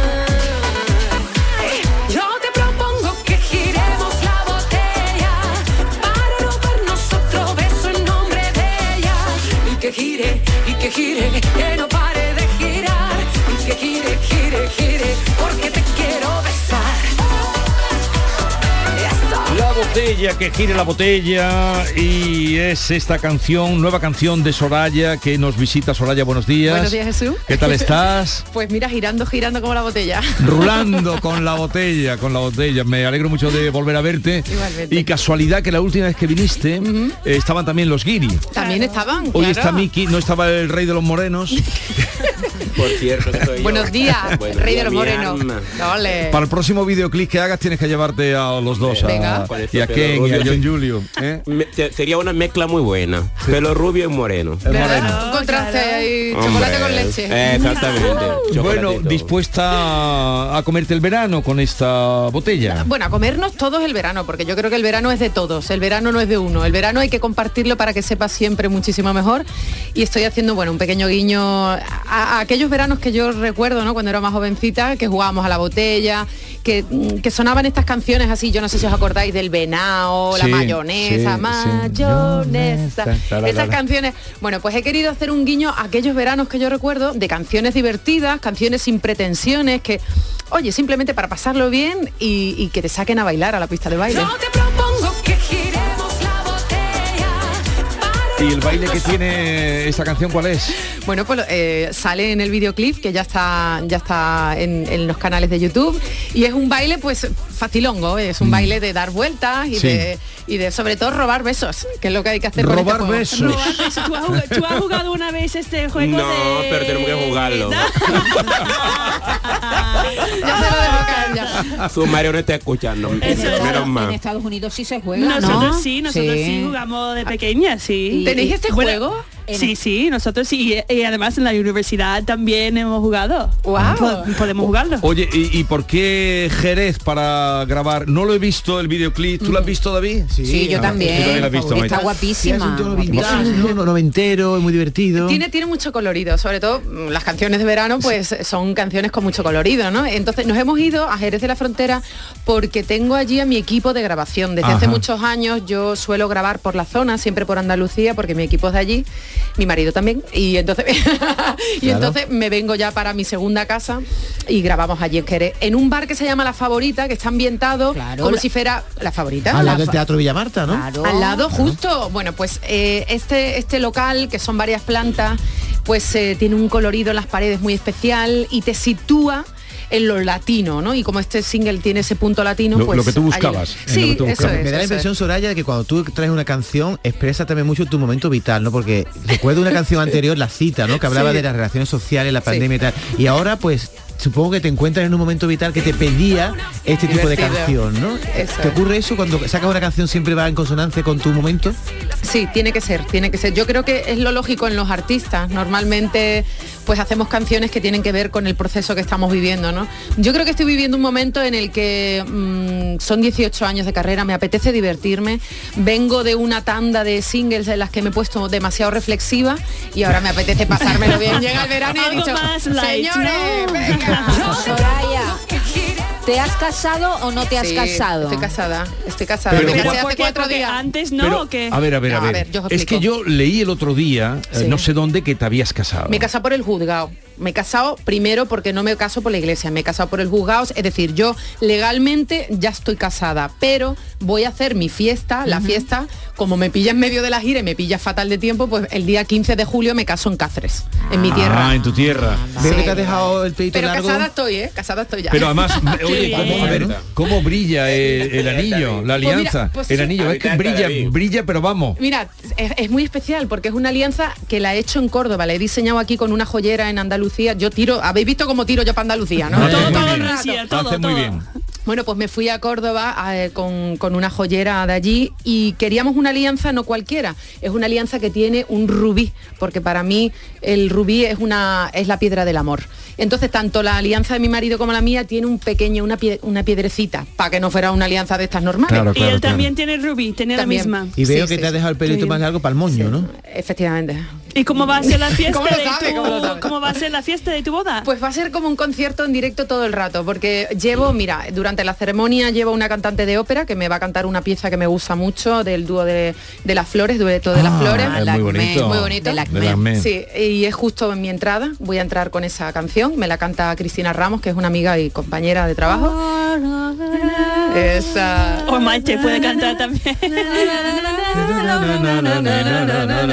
Speaker 3: botella, que gire la botella. Y es esta canción, nueva canción de Soraya, que nos visita. Soraya, buenos días.
Speaker 10: Buenos días, Jesús.
Speaker 3: ¿Qué tal estás?
Speaker 10: Pues mira, girando, girando como la botella.
Speaker 3: Rulando con la botella, con la botella. Me alegro mucho de volver a verte.
Speaker 10: Igualmente.
Speaker 3: Y casualidad que la última vez que viniste eh, estaban también los guiri.
Speaker 10: También estaban.
Speaker 3: Hoy
Speaker 10: claro.
Speaker 3: está Miki, no estaba el rey de los morenos.
Speaker 6: Por cierto, que soy yo.
Speaker 10: Buenos días,
Speaker 6: Buenos
Speaker 10: Rey de
Speaker 6: días,
Speaker 10: los
Speaker 6: mi
Speaker 10: Morenos.
Speaker 6: alma.
Speaker 10: Ole.
Speaker 3: Para el próximo videoclip que hagas tienes que llevarte a los dos. a-
Speaker 10: Venga.
Speaker 6: Con ese
Speaker 3: Y a
Speaker 6: pelo
Speaker 3: Ken y a
Speaker 6: rubio.
Speaker 3: John Julio. ¿eh?
Speaker 6: Me- se- sería una mezcla muy buena. Pelo rubio y moreno.
Speaker 10: Un contraste ahí, chocolate con
Speaker 6: Hombre,
Speaker 10: leche.
Speaker 6: Exactamente.
Speaker 3: Bueno, dispuesta a comerte el verano con esta botella.
Speaker 10: Bueno, a comernos todos el verano, porque yo creo que el verano es de todos, el verano no es de uno, el verano hay que compartirlo para que sepa siempre muchísimo mejor y estoy haciendo, bueno, un pequeño guiño a, a aquellos veranos que yo recuerdo, ¿no? Cuando era más jovencita, que jugábamos a la botella, que, mm, que sonaban estas canciones así, yo no sé si os acordáis del venao, la
Speaker 14: Sí,
Speaker 10: mayonesa,
Speaker 14: sí, sí.
Speaker 10: mayonesa,
Speaker 14: Ta, la, la,
Speaker 10: esas
Speaker 14: la.
Speaker 10: canciones. Bueno, pues he querido hacer un guiño a aquellos veranos que yo recuerdo de canciones divertidas, canciones sin pretensiones, que, oye, simplemente para pasarlo bien y, y que te saquen a bailar a la pista de baile.
Speaker 21: Propongo que giremos la botella.
Speaker 3: ¿Y el baile que tiene esta canción cuál es?
Speaker 10: Bueno, pues eh, sale en el videoclip que ya está, ya está en, en los canales de YouTube y es un baile pues facilongo, es un baile de dar vueltas y,
Speaker 3: Sí.
Speaker 10: de, y de sobre todo robar besos, que es lo que hay que hacer. con
Speaker 3: Robar
Speaker 10: este juego.
Speaker 3: besos.
Speaker 10: ¿Tú, has jugado, una vez este juego
Speaker 6: No, pero tenemos que jugarlo. Su Mario no está escuchando. Menos
Speaker 1: En
Speaker 6: mal.
Speaker 1: Estados Unidos sí se juega.
Speaker 4: Nosotros
Speaker 1: ¿no?
Speaker 4: sí, nosotros sí. jugamos de pequeña, sí.
Speaker 1: ¿Tenéis este
Speaker 4: Bueno,
Speaker 1: juego?
Speaker 4: Sí, sí, nosotros sí. Y, y además en la universidad también hemos jugado. Ah, Pues, Po- Podemos jugarlo.
Speaker 3: Oye, ¿y, y por qué Jerez para grabar? No lo he visto el videoclip. ¿Tú lo has visto, David? ah,
Speaker 1: Sí, yo también.
Speaker 3: lo has visto,
Speaker 1: Está
Speaker 3: Maite.
Speaker 1: guapísima.
Speaker 10: Sí, es un tono
Speaker 1: Guapísima.
Speaker 5: No, noventero, es muy divertido.
Speaker 10: Tiene, tiene mucho colorido, sobre todo mm, las canciones de verano pues son canciones con mucho colorido, ¿no? Entonces nos hemos ido a Jerez de la Frontera porque tengo allí a mi equipo de grabación. Desde hace
Speaker 15: Ajá.
Speaker 10: muchos años yo suelo grabar por la zona, siempre por Andalucía, porque mi equipo es de allí, mi marido también, y entonces, y
Speaker 15: Claro.
Speaker 10: entonces me vengo ya para mi segunda casa y grabamos allí en Jerez, en un bar que se llama La Favorita, que está ambientado como
Speaker 5: la-
Speaker 10: si fuera La Favorita.
Speaker 5: Al
Speaker 10: La
Speaker 5: lado del
Speaker 10: Fa-
Speaker 5: Teatro Villamarta, ¿no?
Speaker 10: al lado justo. Bueno, pues eh, este, este local, que son varias plantas, pues eh, tiene un colorido en las paredes muy especial y te sitúa en lo latino, ¿no? Y como este single tiene ese punto latino,
Speaker 5: Lo-
Speaker 10: pues...
Speaker 5: lo que tú
Speaker 10: ahí-
Speaker 5: buscabas, en
Speaker 10: Sí,
Speaker 5: lo que tú
Speaker 10: eso
Speaker 5: buscabas.
Speaker 10: es.
Speaker 5: Me
Speaker 10: eso
Speaker 5: da la
Speaker 10: es.
Speaker 5: impresión, Soraya, de que cuando tú traes una canción, expresa también mucho tu momento vital, ¿no? Porque recuerdo una canción anterior, La Cita, ¿no? Que hablaba
Speaker 10: Sí.
Speaker 5: de las relaciones sociales, la pandemia y tal. Y ahora, pues, supongo que te encuentras en un momento vital que te pedía este tipo de
Speaker 10: Divertido.
Speaker 5: canción, ¿no?
Speaker 10: Eso
Speaker 5: ¿Te
Speaker 10: es.
Speaker 5: ocurre eso? Cuando sacas una canción siempre va en consonancia con tu momento.
Speaker 10: Sí, tiene que ser, tiene que ser. Yo creo que es lo lógico en los artistas. Normalmente, pues hacemos canciones que tienen que ver con el proceso que estamos viviendo, ¿no? Yo creo que estoy viviendo un momento en el que mm, son 18 años de carrera, me apetece divertirme. Vengo de una tanda de singles en las que me he puesto demasiado reflexiva y ahora me apetece pasármelo bien. Llega el verano y he
Speaker 4: Algo
Speaker 10: dicho,
Speaker 4: más light,
Speaker 10: señores,
Speaker 4: ¿no?
Speaker 10: venga".
Speaker 1: Soraya, ¿te has casado o no te has
Speaker 10: Sí,
Speaker 1: casado?
Speaker 10: Estoy casada, estoy casada.
Speaker 3: Pero-
Speaker 10: me casé
Speaker 3: Pero
Speaker 10: hace cuatro días. Antes
Speaker 3: Pero, A ver, a ver, a ver. es que yo leí el otro día, eh,
Speaker 10: Sí.
Speaker 3: no sé dónde, que te habías casado.
Speaker 10: Me he casado por el juzgado. Me he casado primero porque no me caso por la iglesia, me he casado por el juzgado. Es decir, yo legalmente ya estoy casada, pero voy a hacer mi fiesta, la fiesta, como me pilla en medio de la gira y me pilla fatal de tiempo, pues el día 15 de julio me caso en Cáceres, en mi tierra.
Speaker 3: Ah, en tu tierra.
Speaker 5: Veo que te has dejado el pedito
Speaker 10: Pero
Speaker 5: largo.
Speaker 10: casada estoy, ¿eh? Casada estoy ya.
Speaker 3: Pero además, oye, ¿cómo, a ver, ¿cómo brilla eh, el, anillo, la
Speaker 10: Pues mira,
Speaker 3: alianza?
Speaker 10: pues
Speaker 3: el
Speaker 10: sí.
Speaker 3: anillo, es que brilla, brilla, pero vamos.
Speaker 10: Mira, es, es muy especial porque es una alianza que la he hecho en Córdoba, la he diseñado aquí con una joyera en Andalucía. Yo tiro, habéis visto cómo tiro yo para Andalucía, ¿no?
Speaker 3: Haces muy
Speaker 10: el
Speaker 3: bien,
Speaker 10: rato.
Speaker 3: haces muy bien.
Speaker 10: Bueno, pues me fui a Córdoba eh, con, con una joyera de allí y queríamos una alianza no cualquiera, es una alianza que tiene un rubí, porque para mí el rubí es, una, es la piedra del amor. Entonces, tanto la alianza de mi marido como la mía tiene un pequeño, una, pie- una piedrecita, para que no fuera una alianza de estas normales.
Speaker 5: Claro, Y claro, él claro.
Speaker 10: también
Speaker 4: tiene rubí, tiene
Speaker 10: la
Speaker 4: misma.
Speaker 5: Y veo que te has dejado el
Speaker 10: Qué
Speaker 5: pelito
Speaker 10: bien.
Speaker 5: más largo para el moño, ¿no?
Speaker 10: Efectivamente.
Speaker 4: ¿Y cómo va a ser la fiesta
Speaker 10: ¿Cómo lo
Speaker 4: de
Speaker 10: sabe?
Speaker 4: tu-
Speaker 10: ¿Cómo lo sabe?
Speaker 4: cómo va a ser la fiesta de tu boda?
Speaker 10: Pues va a ser como un concierto en directo todo el rato, porque llevo, mira, durante la ceremonia llevo una cantante de ópera que me va a cantar una pieza que me gusta mucho del dúo de, de las flores, dueto de las
Speaker 3: Ah,
Speaker 10: flores.
Speaker 3: es muy bonito.
Speaker 10: Muy bonito.
Speaker 3: Del Acme. Del Acme.
Speaker 10: Sí, y es justo en mi entrada. Voy a entrar con esa canción. Me la canta Cristina Ramos, que es una amiga y compañera de trabajo. Esa.
Speaker 4: O Maite puede cantar también.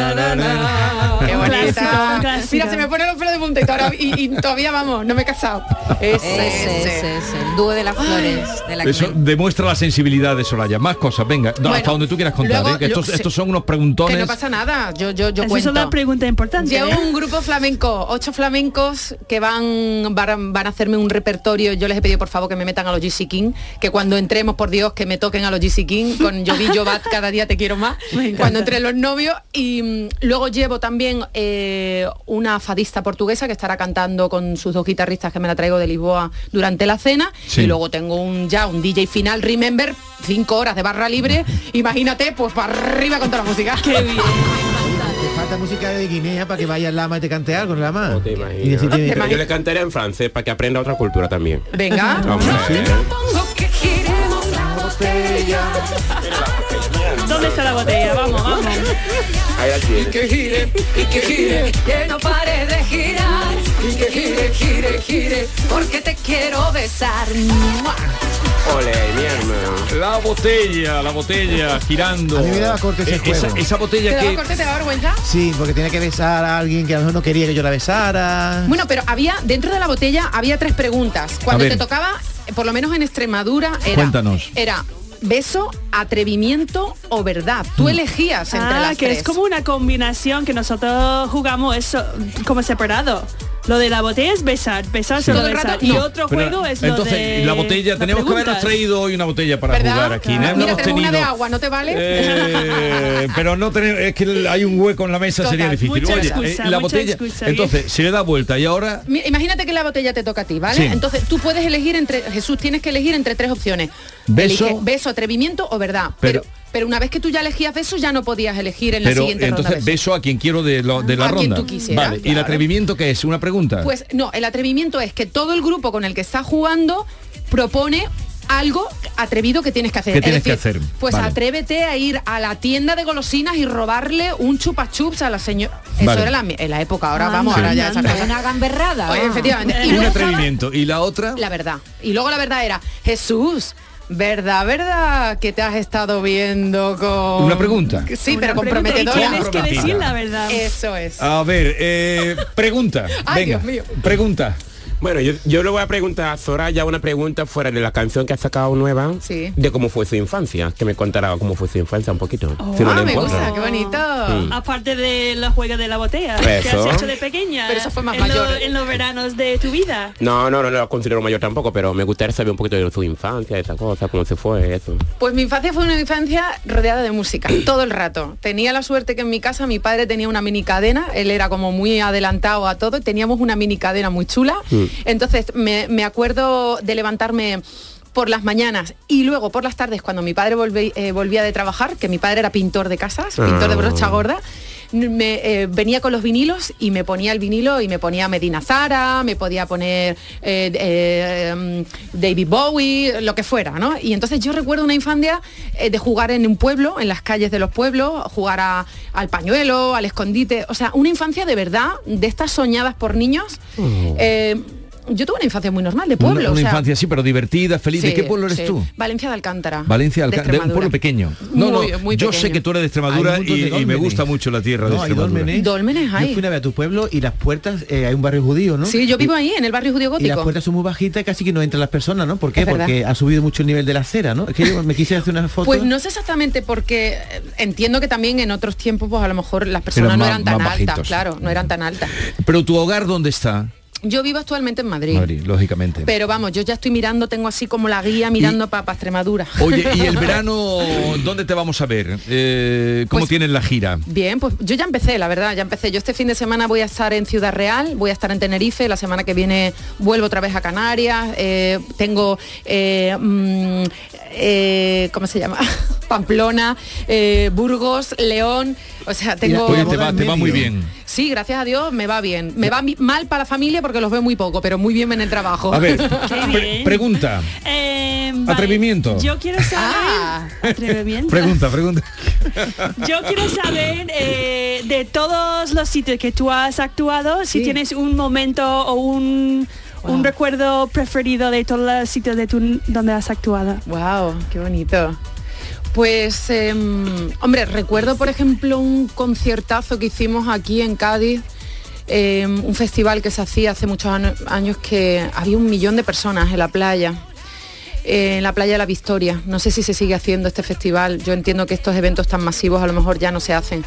Speaker 10: Qué bonita.
Speaker 1: clásico.
Speaker 10: Mira, se me ponen los pelos de puntito ahora y, y todavía vamos, no me he casado. Ese, ¡Ah!
Speaker 1: Ese, ese, ese, el dúo de las flores. De la
Speaker 3: Eso demuestra la sensibilidad de Soraya. Más cosas, venga, no,
Speaker 10: Bueno,
Speaker 3: hasta donde tú quieras contar.
Speaker 10: luego,
Speaker 3: ¿eh? Que
Speaker 10: lo-
Speaker 3: estos,
Speaker 10: se-
Speaker 3: estos son unos preguntones.
Speaker 10: Que no pasa nada, yo, yo, yo
Speaker 4: Esas
Speaker 10: cuento.
Speaker 4: son las preguntas importantes.
Speaker 10: Llevo
Speaker 4: ¿eh?
Speaker 10: un grupo flamenco, ocho flamencos que van, van, van a hacerme un repertorio. Yo les he pedido por favor que me metan a los GC King, que cuando entremos, por Dios, que me toquen a los GC King con Yo vi, yo bat, cada día te quiero más. Cuando entren los novios. Y mm, luego llevo también eh, una fadista portuguesa que estará cantando con sus dos guitarristas que me la traigo de Lisboa durante la cena.
Speaker 9: Sí.
Speaker 10: Y luego tengo un ya un DJ final, Remember, cinco horas de barra libre. Imagínate, pues para arriba con toda la música.
Speaker 4: Qué bien.
Speaker 5: Te falta música de Guinea para que vaya el lama y te cante algo, el lama.
Speaker 6: Te imaginas.
Speaker 5: Y decir, tiene-
Speaker 6: Pero yo le cantaré en francés para que aprenda otra cultura también.
Speaker 10: Venga.
Speaker 6: Hombre.
Speaker 4: ¿Dónde está la botella? Vamos, vamos.
Speaker 6: Ahí la tienes.
Speaker 21: que gire, y que gire, que no pare de girar, y que gire, gire, gire, porque te quiero besar. ¡Mua!
Speaker 6: Ole, mi hermano.
Speaker 3: La botella, la botella, girando.
Speaker 5: A mí me daba corte ese
Speaker 3: Eh, esa,
Speaker 5: juego.
Speaker 3: esa botella
Speaker 10: ¿Te
Speaker 3: que...
Speaker 10: daba corte, te daba vergüenza?
Speaker 5: Sí, porque tenía que besar a alguien que a lo mejor no quería que yo la besara.
Speaker 10: Bueno, pero había dentro de la botella había tres preguntas. Cuando
Speaker 5: A ver.
Speaker 10: te tocaba, eh, por lo menos en Extremadura, era
Speaker 5: Cuéntanos.
Speaker 10: era beso, atrevimiento o verdad.
Speaker 3: Mm.
Speaker 10: Tú elegías entre
Speaker 4: Ah,
Speaker 10: las
Speaker 4: que
Speaker 10: tres.
Speaker 4: es como una combinación que nosotros jugamos eso como separado. Lo de la botella es besar, besar solo
Speaker 10: Todo el
Speaker 4: besar.
Speaker 10: rato,
Speaker 4: Y
Speaker 10: no.
Speaker 4: otro
Speaker 3: Pero,
Speaker 4: juego es
Speaker 3: entonces,
Speaker 4: lo de
Speaker 3: la botella,
Speaker 4: las
Speaker 3: tenemos que habernos
Speaker 4: preguntas.
Speaker 3: traído hoy una botella para
Speaker 10: ¿Verdad?
Speaker 3: jugar aquí. No
Speaker 10: Mira,
Speaker 3: hemos
Speaker 10: tengo una de
Speaker 3: tenido-
Speaker 10: agua, ¿no te vale?
Speaker 3: Eh, pero no tener, es que hay un hueco en la mesa, sería
Speaker 10: Total,
Speaker 3: difícil.
Speaker 10: mucha
Speaker 3: Oye,
Speaker 10: excusa,
Speaker 3: eh, la
Speaker 10: mucha
Speaker 3: botella.
Speaker 10: excusa, bien.
Speaker 3: entonces, se le da vuelta y ahora.
Speaker 10: Mi- Imagínate que la botella te toca a ti, ¿vale?
Speaker 3: Sí.
Speaker 10: Entonces tú puedes elegir entre, Jesús, tienes que elegir entre tres opciones.
Speaker 3: Beso.
Speaker 10: beso, atrevimiento o verdad.
Speaker 3: Pero-
Speaker 10: Pero, pero una vez que tú ya elegías beso, ya no podías elegir en la
Speaker 3: Pero
Speaker 10: siguiente ronda.
Speaker 3: entonces
Speaker 10: beso.
Speaker 3: beso a quien quiero de, lo- de la
Speaker 10: A quien
Speaker 3: ronda.
Speaker 10: tú quisieras,
Speaker 3: vale, ¿y el
Speaker 10: claro.
Speaker 3: atrevimiento que es? ¿Una pregunta?
Speaker 10: Pues no, el atrevimiento es que todo el grupo con el que estás jugando propone algo atrevido que tienes que hacer.
Speaker 3: ¿Qué
Speaker 10: Es
Speaker 3: tienes que hacer?
Speaker 10: Pues
Speaker 3: Vale.
Speaker 10: atrévete a ir a la tienda de golosinas y robarle un chupachups a la señora. Eso
Speaker 3: Vale.
Speaker 10: era la, mi- en la época, ahora
Speaker 1: Ah,
Speaker 10: vamos, ahora ya
Speaker 1: anda,
Speaker 10: esas cosas.
Speaker 1: una gamberrada.
Speaker 10: Oye,
Speaker 1: va.
Speaker 10: efectivamente. Y
Speaker 3: Ah. un
Speaker 10: luego
Speaker 3: atrevimiento. ¿Y la otra?
Speaker 10: la verdad. Y luego la verdad era, Jesús, verdad, verdad, que te has estado viendo con...
Speaker 3: Una pregunta.
Speaker 10: Sí, pero
Speaker 4: Una pregunta, y
Speaker 10: comprometedora.
Speaker 4: tienes que decir la verdad.
Speaker 10: Eso es.
Speaker 3: A ver, eh, pregunta.
Speaker 10: Ay,
Speaker 3: Venga,
Speaker 10: Dios mío.
Speaker 3: pregunta.
Speaker 6: Bueno, yo, yo le voy a preguntar a Soraya una pregunta fuera de la canción que ha sacado nueva.
Speaker 10: Sí.
Speaker 6: De cómo fue su infancia. Que me contará cómo fue su infancia un poquito. si no
Speaker 10: Ah,
Speaker 6: le
Speaker 10: me
Speaker 6: importa.
Speaker 10: gusta, qué bonito.
Speaker 6: Mm.
Speaker 4: Aparte de la juega de la botella que
Speaker 6: Eso.
Speaker 4: has hecho de pequeña.
Speaker 10: Pero eso fue más
Speaker 4: en lo-
Speaker 10: mayor.
Speaker 4: en los veranos de tu vida.
Speaker 6: No, no, no, no lo considero mayor tampoco, pero me gustaría saber un poquito de su infancia, de esa cosa, cómo se fue, eso.
Speaker 10: Pues mi infancia fue una infancia rodeada de música, todo el rato. Tenía la suerte que en mi casa mi padre tenía una mini cadena, él era como muy adelantado a todo, y teníamos una mini cadena muy chula.
Speaker 9: Mm.
Speaker 10: Entonces me, me acuerdo de levantarme por las mañanas y luego por las tardes cuando mi padre volve- eh, volvía de trabajar, que mi padre era pintor de casas, pintor de brocha
Speaker 9: Ah.
Speaker 10: gorda, me eh, venía con los vinilos y me ponía el vinilo y me ponía Medina Zara, me podía poner eh, eh, mm, David Bowie, lo que fuera, ¿no? Y entonces yo recuerdo una infancia eh, de jugar en un pueblo, en las calles de los pueblos, jugar a- al pañuelo, al escondite, o sea, una infancia de verdad, de estas soñadas por niños. Eh, yo tuve una infancia muy normal, de pueblo.
Speaker 3: una
Speaker 10: o
Speaker 3: una
Speaker 10: sea,
Speaker 3: infancia así, pero divertida, feliz. ¿De
Speaker 10: sí,
Speaker 3: qué pueblo eres
Speaker 10: sí.
Speaker 3: tú?
Speaker 10: Valencia de Alcántara.
Speaker 3: Valencia,
Speaker 10: de
Speaker 3: Alcántara, de un
Speaker 10: Extremadura.
Speaker 3: pueblo pequeño. No,
Speaker 10: Muy-
Speaker 3: no,
Speaker 10: muy
Speaker 3: yo sé
Speaker 10: pequeño.
Speaker 3: que tú eres de Extremadura
Speaker 5: Hay un montón
Speaker 3: y,
Speaker 5: de
Speaker 3: y me
Speaker 5: dólmenes.
Speaker 3: gusta mucho la tierra de
Speaker 5: No, hay
Speaker 3: Extremadura.
Speaker 5: dólmenes.
Speaker 10: Dólmenes hay.
Speaker 5: Yo fui una vez a tu pueblo y las puertas, eh, hay un barrio judío, ¿no?
Speaker 10: Sí, yo vivo
Speaker 5: Y-
Speaker 10: ahí, en el barrio judío
Speaker 5: Y las
Speaker 10: gótico.
Speaker 5: puertas son muy bajitas y casi que no entran las personas, ¿no? ¿Por qué?
Speaker 10: Es verdad.
Speaker 5: Porque ha subido mucho el nivel de la acera, ¿no? Es que yo me quise hacer una foto.
Speaker 10: Pues no sé exactamente porque eh, entiendo que también en otros tiempos pues a lo mejor las personas no
Speaker 3: más-
Speaker 10: eran tan
Speaker 3: más
Speaker 10: altas,
Speaker 3: bajitos.
Speaker 10: claro, no eran tan altas.
Speaker 3: Pero tu hogar, ¿dónde está?
Speaker 10: Yo vivo actualmente en Madrid,
Speaker 3: Madrid, lógicamente.
Speaker 10: pero vamos, yo ya estoy mirando, tengo así como la guía mirando para Extremadura.
Speaker 3: Oye, ¿y el verano dónde te vamos a ver? Eh,
Speaker 10: Pues
Speaker 3: ¿Cómo tienes la gira?
Speaker 10: Bien, pues yo ya empecé, la verdad, ya empecé. Yo este fin de semana voy a estar en Ciudad Real, voy a estar en Tenerife, la semana que viene vuelvo otra vez a Canarias, eh, tengo, eh, mm, eh, ¿cómo se llama? Pamplona, eh, Burgos, León, o sea, tengo...
Speaker 3: Oye, te va, te va muy bien.
Speaker 10: Sí, gracias a Dios me va bien. Me va mi- mal para la familia porque los veo muy poco, pero muy bien en el trabajo.
Speaker 3: A ver, pre- pregunta.
Speaker 4: Eh,
Speaker 3: Atrevimiento.
Speaker 4: Yo quiero saber.
Speaker 10: Ah.
Speaker 4: atrevimiento.
Speaker 3: Pregunta, pregunta.
Speaker 4: Yo quiero saber eh, de todos los sitios que tú has actuado, si tienes un momento o un Un recuerdo preferido de todos los sitios de tu, donde has actuado.
Speaker 10: Wow, qué bonito. Pues, eh, hombre, recuerdo por ejemplo un conciertazo que hicimos aquí en Cádiz, eh, un festival que se hacía hace muchos ano- años que había un millón de personas en la playa, eh, en la playa de la Victoria. No sé si se sigue haciendo este festival, yo entiendo que estos eventos tan masivos a lo mejor ya no se hacen,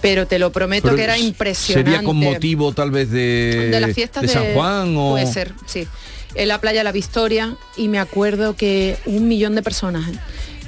Speaker 10: pero te lo prometo
Speaker 3: Pero
Speaker 10: que era
Speaker 3: s-
Speaker 10: impresionante.
Speaker 3: Sería con motivo tal vez de,
Speaker 10: de las fiestas
Speaker 3: Eh, de San Juan o...
Speaker 10: Puede ser, sí. En la playa de La Victoria y me acuerdo que un millón de personas. ¿eh?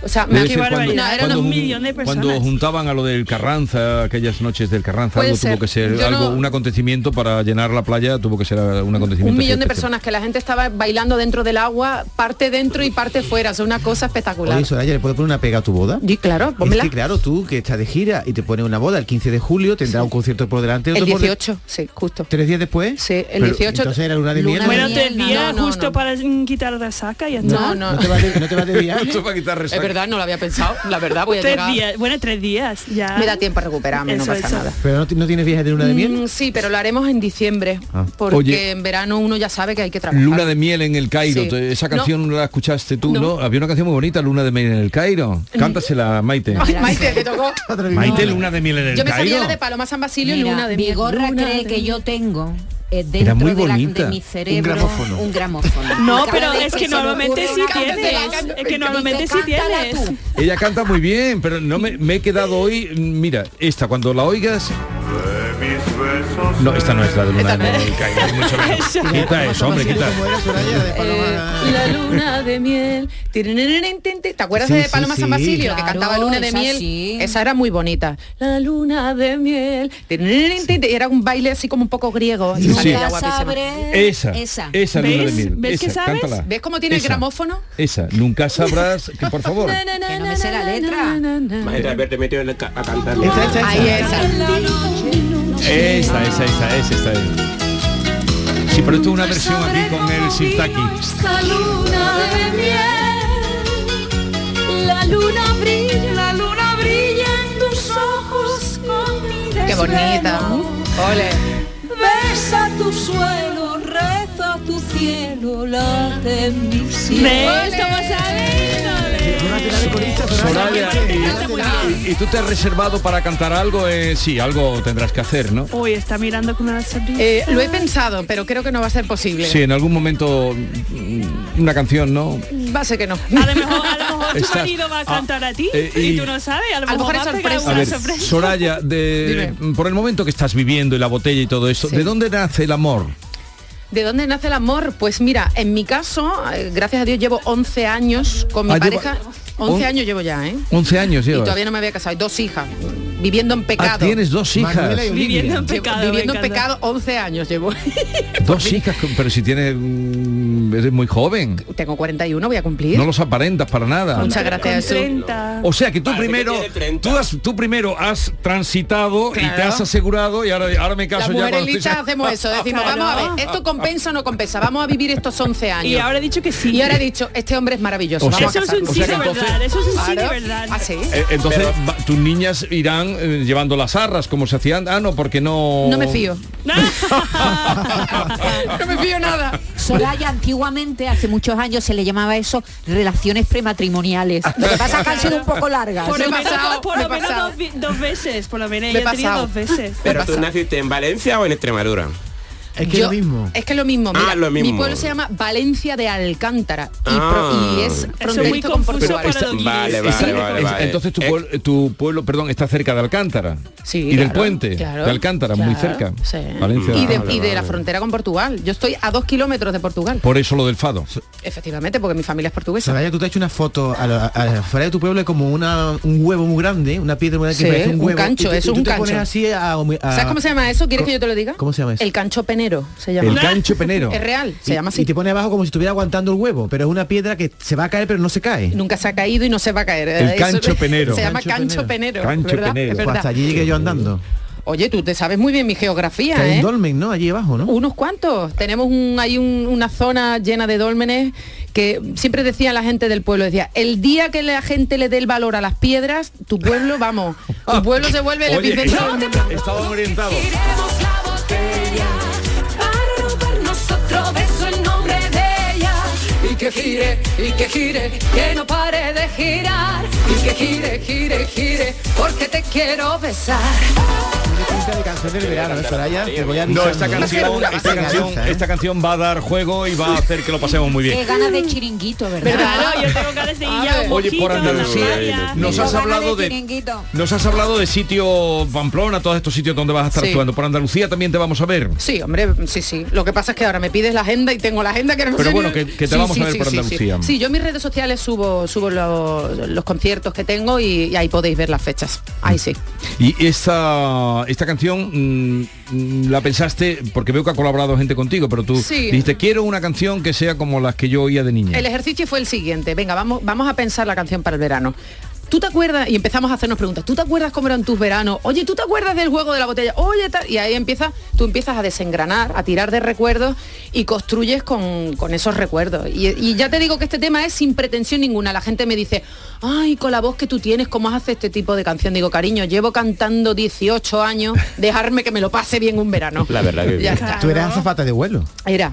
Speaker 10: O sea, me
Speaker 3: Debe ser cuando-
Speaker 10: No, eran
Speaker 3: cuando
Speaker 10: un
Speaker 3: jun-
Speaker 10: millón de personas.
Speaker 3: Cuando juntaban a lo del Carranza, aquellas noches del Carranza,
Speaker 10: Puede
Speaker 3: algo tuvo
Speaker 10: ser.
Speaker 3: que ser,
Speaker 10: Yo
Speaker 3: algo,
Speaker 10: no-
Speaker 3: un acontecimiento para llenar la playa, tuvo que ser un acontecimiento.
Speaker 10: un millón de
Speaker 3: especial.
Speaker 10: personas que la gente estaba bailando dentro del agua, parte dentro y parte fuera. O sea, una cosa espectacular.
Speaker 5: Oye, Soraya, ¿le puedo poner una pega a tu boda?
Speaker 10: Y claro,
Speaker 5: Es
Speaker 10: pónmela.
Speaker 5: que claro, tú que estás de gira y te pones una boda el 15 de julio, tendrá un concierto por delante.
Speaker 10: El
Speaker 5: otro por de-
Speaker 10: 18, sí, justo.
Speaker 5: ¿Tres días después?
Speaker 10: Sí, el 18.
Speaker 5: Entonces era luna de miel.
Speaker 4: Bueno, te
Speaker 10: miel,
Speaker 4: envía
Speaker 10: no, no,
Speaker 4: justo para mm, quitar la saca y ya está.
Speaker 10: No, no.
Speaker 5: No te va de- no te va de viaje. Justo para quitar
Speaker 10: es
Speaker 5: resaca.
Speaker 10: verdad, no lo había pensado. La verdad, voy a
Speaker 4: tres
Speaker 10: llegar.
Speaker 4: días, bueno, tres días ya.
Speaker 10: Me da tiempo a recuperarme, no
Speaker 4: Eso,
Speaker 10: pasa
Speaker 4: eso.
Speaker 10: nada.
Speaker 5: Pero no, ti- no tienes viaje de luna de miel.
Speaker 10: Mm, sí, pero lo haremos en diciembre,
Speaker 3: Ah.
Speaker 10: porque
Speaker 3: Oye.
Speaker 10: en verano uno ya sabe que hay que trabajar.
Speaker 3: Luna de miel en el Cairo,
Speaker 10: Sí.
Speaker 3: te- esa
Speaker 10: No.
Speaker 3: canción la escuchaste tú,
Speaker 10: No.
Speaker 3: no. Había una canción muy bonita, Luna de miel en el Cairo. Cántasela, Maite.
Speaker 10: Ay, Maite, te tocó.
Speaker 3: Maite, Luna de miel en el
Speaker 10: Yo me sabía
Speaker 3: Cairo.
Speaker 10: la de Paloma San Basilio y
Speaker 1: Mira,
Speaker 10: Luna de miel.
Speaker 1: Vigorra
Speaker 10: Luna
Speaker 1: cree
Speaker 10: de
Speaker 1: que
Speaker 10: miel.
Speaker 1: yo tengo eh, dentro
Speaker 3: Era muy
Speaker 1: de la- de,
Speaker 3: bonita.
Speaker 1: mi
Speaker 3: Un
Speaker 1: cerebro
Speaker 3: gramófono.
Speaker 1: un gramófono.
Speaker 4: No,
Speaker 1: Cada
Speaker 4: pero
Speaker 1: vez
Speaker 4: es que
Speaker 1: se me
Speaker 4: normalmente
Speaker 1: ocurre
Speaker 4: sí
Speaker 1: una canción,
Speaker 4: tienes, es que normalmente
Speaker 1: dice,
Speaker 4: sí
Speaker 1: "Cántala
Speaker 4: tienes".
Speaker 1: tú.
Speaker 3: Ella canta muy bien, pero no me, me he quedado hoy. Mira, esta cuando la oigas. No, esta no es la de Luna de miel en el Cairo, ni mucho menos. Quita eso, hombre, quita.
Speaker 21: Eh,
Speaker 10: La luna de miel. Tirinirin, tin, tin. ¿Te acuerdas
Speaker 3: Sí,
Speaker 10: de
Speaker 3: sí,
Speaker 10: Paloma
Speaker 3: sí.
Speaker 10: San Basilio que
Speaker 1: Claro,
Speaker 10: cantaba Luna de
Speaker 1: esa
Speaker 10: miel?
Speaker 1: sí.
Speaker 10: Esa era muy bonita. La luna de miel. Tirinirin, tin, tin. Y era un baile así como un poco griego. Y
Speaker 3: Sí.
Speaker 10: salía
Speaker 3: Nunca
Speaker 10: guapísima.
Speaker 3: sabré. Esa, Esa. esa Luna de miel.
Speaker 10: ¿Ves que
Speaker 3: Esa,
Speaker 10: sabes?
Speaker 3: cántala.
Speaker 10: ¿Ves cómo tiene el
Speaker 3: Esa.
Speaker 10: gramófono?
Speaker 3: Esa, nunca sabrás que por favor.
Speaker 1: que no me sé la letra
Speaker 6: Maestra, haberte metido en el ca- a cantar.
Speaker 10: Ahí esa.
Speaker 3: Esta, esa, esa, esa, esta. Sí, pero esto es una versión aquí con el Sirtaki.
Speaker 21: La luna de miel, la luna brilla, la luna brilla en tus ojos con mi
Speaker 10: Qué
Speaker 21: desvelo.
Speaker 10: bonita. Ole.
Speaker 21: Besa tu suelo, reza tu cielo, late en mi cielo.
Speaker 4: ¿Ves cómo Eh,
Speaker 3: Soraya, eh, y, y tú te has reservado para cantar algo, eh, sí, algo tendrás que hacer, ¿no?
Speaker 4: Uy, está mirando con una sonrisa.
Speaker 10: Eh, lo he pensado, pero creo que no va a ser posible.
Speaker 3: Sí, en algún momento mm, una canción, ¿no?
Speaker 10: Va a ser que no.
Speaker 4: A lo mejor, a lo mejor tu
Speaker 3: Estás-
Speaker 4: marido va a cantar a ti
Speaker 3: eh,
Speaker 4: y,
Speaker 3: y-
Speaker 4: tú no sabes. A lo,
Speaker 10: A lo mejor
Speaker 4: mejor,
Speaker 10: es
Speaker 4: va a pegar
Speaker 10: sorpresa.
Speaker 3: A
Speaker 4: una
Speaker 3: ver,
Speaker 4: sorpresa.
Speaker 3: Soraya, de, por el momento que estás viviendo y la botella y todo esto, ¿de dónde nace el amor?
Speaker 10: ¿De dónde nace el amor? Pues mira, en mi caso, eh, gracias a Dios, llevo 11 años con mi
Speaker 3: Ah, lleva-
Speaker 10: pareja. 11
Speaker 3: on-
Speaker 10: años llevo ya, ¿eh?
Speaker 3: 11 años
Speaker 10: Y
Speaker 3: llevas. Ah,
Speaker 10: todavía no me había casado. Hay dos hijas. Viviendo en pecado.
Speaker 3: tienes dos hijas. Manuela y Olivia. Viviendo en
Speaker 10: Llevo-
Speaker 3: pecado,
Speaker 10: viviendo
Speaker 3: me
Speaker 10: en pecado 11 años llevo.
Speaker 3: Dos hijas, con- pero si tienes... mm, Eres muy joven.
Speaker 10: Tengo 41, voy a cumplir.
Speaker 3: No los aparentas para nada.
Speaker 10: Muchas gracias. Jesús.
Speaker 3: O sea que tú primero tú, has, tú primero has transitado y te has asegurado y ahora, ahora me
Speaker 10: Las
Speaker 3: caso ya
Speaker 10: mujeres
Speaker 3: cuando estoy-
Speaker 10: listas hacemos eso, decimos,
Speaker 4: Claro.
Speaker 10: vamos a ver, ¿esto compensa o no compensa? Vamos a vivir estos 11 años.
Speaker 4: Y ahora he dicho que sí.
Speaker 10: Y ahora he dicho, este hombre es maravilloso.
Speaker 3: O
Speaker 10: vamos
Speaker 3: sea-
Speaker 10: a
Speaker 3: Eso es un
Speaker 10: casarnos.
Speaker 3: sí O sea que de entonces-
Speaker 4: verdad, eso es un sí de
Speaker 10: Claro.
Speaker 4: verdad.
Speaker 10: ¿Ah, sí?
Speaker 3: Eh, Entonces va- tus niñas irán eh, llevando las arras como se hacían. Ah, no, porque no.
Speaker 10: No me fío. no me fío nada.
Speaker 1: Soraya antiguamente, hace muchos años, se le llamaba eso relaciones prematrimoniales. Lo que pasa es que han sido un poco largas.
Speaker 4: Por lo menos,
Speaker 10: pasado,
Speaker 4: por
Speaker 10: me
Speaker 4: lo
Speaker 10: he
Speaker 4: menos
Speaker 10: pasado.
Speaker 4: dos, vi- dos veces, por lo menos
Speaker 10: Me he
Speaker 4: ella ha tenido
Speaker 10: pasado.
Speaker 4: dos veces.
Speaker 6: Pero tú naciste en Valencia o en Extremadura.
Speaker 5: Es
Speaker 10: Yo- Es que es lo mismo.
Speaker 6: Ah,
Speaker 10: Mira,
Speaker 6: lo mismo.
Speaker 10: Mi pueblo se llama Valencia de Alcántara y,
Speaker 6: Ah.
Speaker 10: pro- y es
Speaker 6: Eso es
Speaker 10: fronterizo
Speaker 6: muy
Speaker 10: con Portugal.
Speaker 6: Vale, vale,
Speaker 3: Está-
Speaker 6: vale,
Speaker 3: es-
Speaker 6: vale.
Speaker 3: Entonces tu, pueblo, tu pueblo, perdón, está cerca de Alcántara.
Speaker 10: Sí,
Speaker 3: y del
Speaker 10: claro,
Speaker 3: puente
Speaker 10: claro,
Speaker 3: de Alcántara, muy
Speaker 10: claro,
Speaker 3: cerca.
Speaker 10: sí.
Speaker 3: Valencia.
Speaker 10: Y de,
Speaker 3: Vale,
Speaker 10: y de la
Speaker 3: vale.
Speaker 10: frontera con Portugal. Yo estoy a dos kilómetros de Portugal.
Speaker 3: Por eso lo del fado.
Speaker 10: Efectivamente, porque mi familia es portuguesa.
Speaker 5: Soraya, tú te has hecho una foto a la- a la- afuera de tu pueblo como una, un huevo muy grande, una piedra muy grande
Speaker 10: Sí,
Speaker 5: que parece un
Speaker 10: un
Speaker 5: huevo.
Speaker 10: cancho,
Speaker 5: y
Speaker 10: eso
Speaker 5: tú- y
Speaker 10: es
Speaker 5: tú
Speaker 10: un
Speaker 5: te pones
Speaker 10: cancho.
Speaker 5: así a- a-
Speaker 10: ¿Sabes cómo se llama eso? ¿Quieres que yo te lo diga?
Speaker 5: ¿Cómo se llama eso?
Speaker 10: El cancho penero se llama.
Speaker 5: El cancho penero.
Speaker 10: Es real, se
Speaker 5: Y-
Speaker 10: llama
Speaker 5: Y
Speaker 10: así.
Speaker 5: te pone abajo como si estuviera aguantando el huevo, pero es una piedra que se va a caer pero no se cae.
Speaker 10: Nunca se ha caído y no se va a caer.
Speaker 5: El
Speaker 10: Eso-
Speaker 5: cancho penero.
Speaker 10: Se llama
Speaker 5: Cancho
Speaker 10: cancho penero.
Speaker 5: penero.
Speaker 10: ¿verdad? Es
Speaker 5: Pues
Speaker 10: verdad.
Speaker 5: hasta allí llegué yo andando.
Speaker 10: Oye, tú te sabes muy bien mi
Speaker 5: Que hay
Speaker 10: geografía,
Speaker 5: un
Speaker 10: ¿eh?
Speaker 5: dolmen, ¿no? Allí abajo, ¿no?
Speaker 10: Unos cuantos. Tenemos un, hay un- una zona llena de dólmenes que siempre decía la gente del pueblo, decía, el día que la gente le dé el valor a las piedras, tu pueblo, vamos, tu pueblo se vuelve el
Speaker 3: Oye,
Speaker 10: epicentro.
Speaker 3: está- estaban orientados.
Speaker 21: Tiremos la botella para robarnos otro beso en que gire y que gire, que no pare de girar y que gire, gire, gire, porque te quiero besar.
Speaker 5: Pinta de canción del verano, ¿eh, Soraya? Te voy
Speaker 3: No, esta
Speaker 5: avisando.
Speaker 3: canción, esta canción,
Speaker 10: ¿eh?
Speaker 3: esta canción va a dar juego y va a hacer que lo pasemos muy bien.
Speaker 1: Qué ganas de chiringuito, ¿verdad?
Speaker 4: Claro, yo tengo ganas de ir ya a un
Speaker 3: Oye, por
Speaker 4: mojito,
Speaker 3: Andalucía,
Speaker 4: a la playa.
Speaker 3: nos has hablado de Nos has hablado de sitio Pamplona, todos estos sitios donde vas a estar
Speaker 10: Sí.
Speaker 3: actuando. Por Andalucía también te vamos a ver.
Speaker 10: Sí, hombre, sí, sí. Lo que pasa es que ahora me pides la agenda y tengo la agenda que no
Speaker 3: Pero
Speaker 10: sé
Speaker 3: bueno,
Speaker 10: ni-
Speaker 3: que- que te vamos a ver por Andalucía.
Speaker 10: Sí. Sí, yo en mis redes sociales subo subo los, los conciertos que tengo y, y ahí podéis ver las fechas. Ahí sí.
Speaker 3: Y esta, esta canción mm, mm, la pensaste, porque veo que ha colaborado gente contigo, pero tú
Speaker 10: Sí.
Speaker 3: dijiste, quiero una canción que sea como las que yo oía de niña.
Speaker 10: El ejercicio fue el siguiente. Venga, vamos, vamos a pensar la canción para el verano. ¿Tú te acuerdas? Y empezamos a hacernos preguntas. ¿Tú te acuerdas cómo eran tus veranos? Oye, ¿tú te acuerdas del juego de la botella? Oye, tal. Y ahí empiezas, tú empiezas a desengranar, a tirar de recuerdos y construyes con, con esos recuerdos. Y, y ya te digo que este tema es sin pretensión ninguna. La gente me dice, ay, con la voz que tú tienes, ¿cómo haces este tipo de canción? Digo, cariño, llevo cantando 18 años, dejarme que me lo pase bien un verano.
Speaker 5: La verdad
Speaker 10: que Ya sí. está,
Speaker 5: Tú eras azafata de vuelo.
Speaker 10: Era,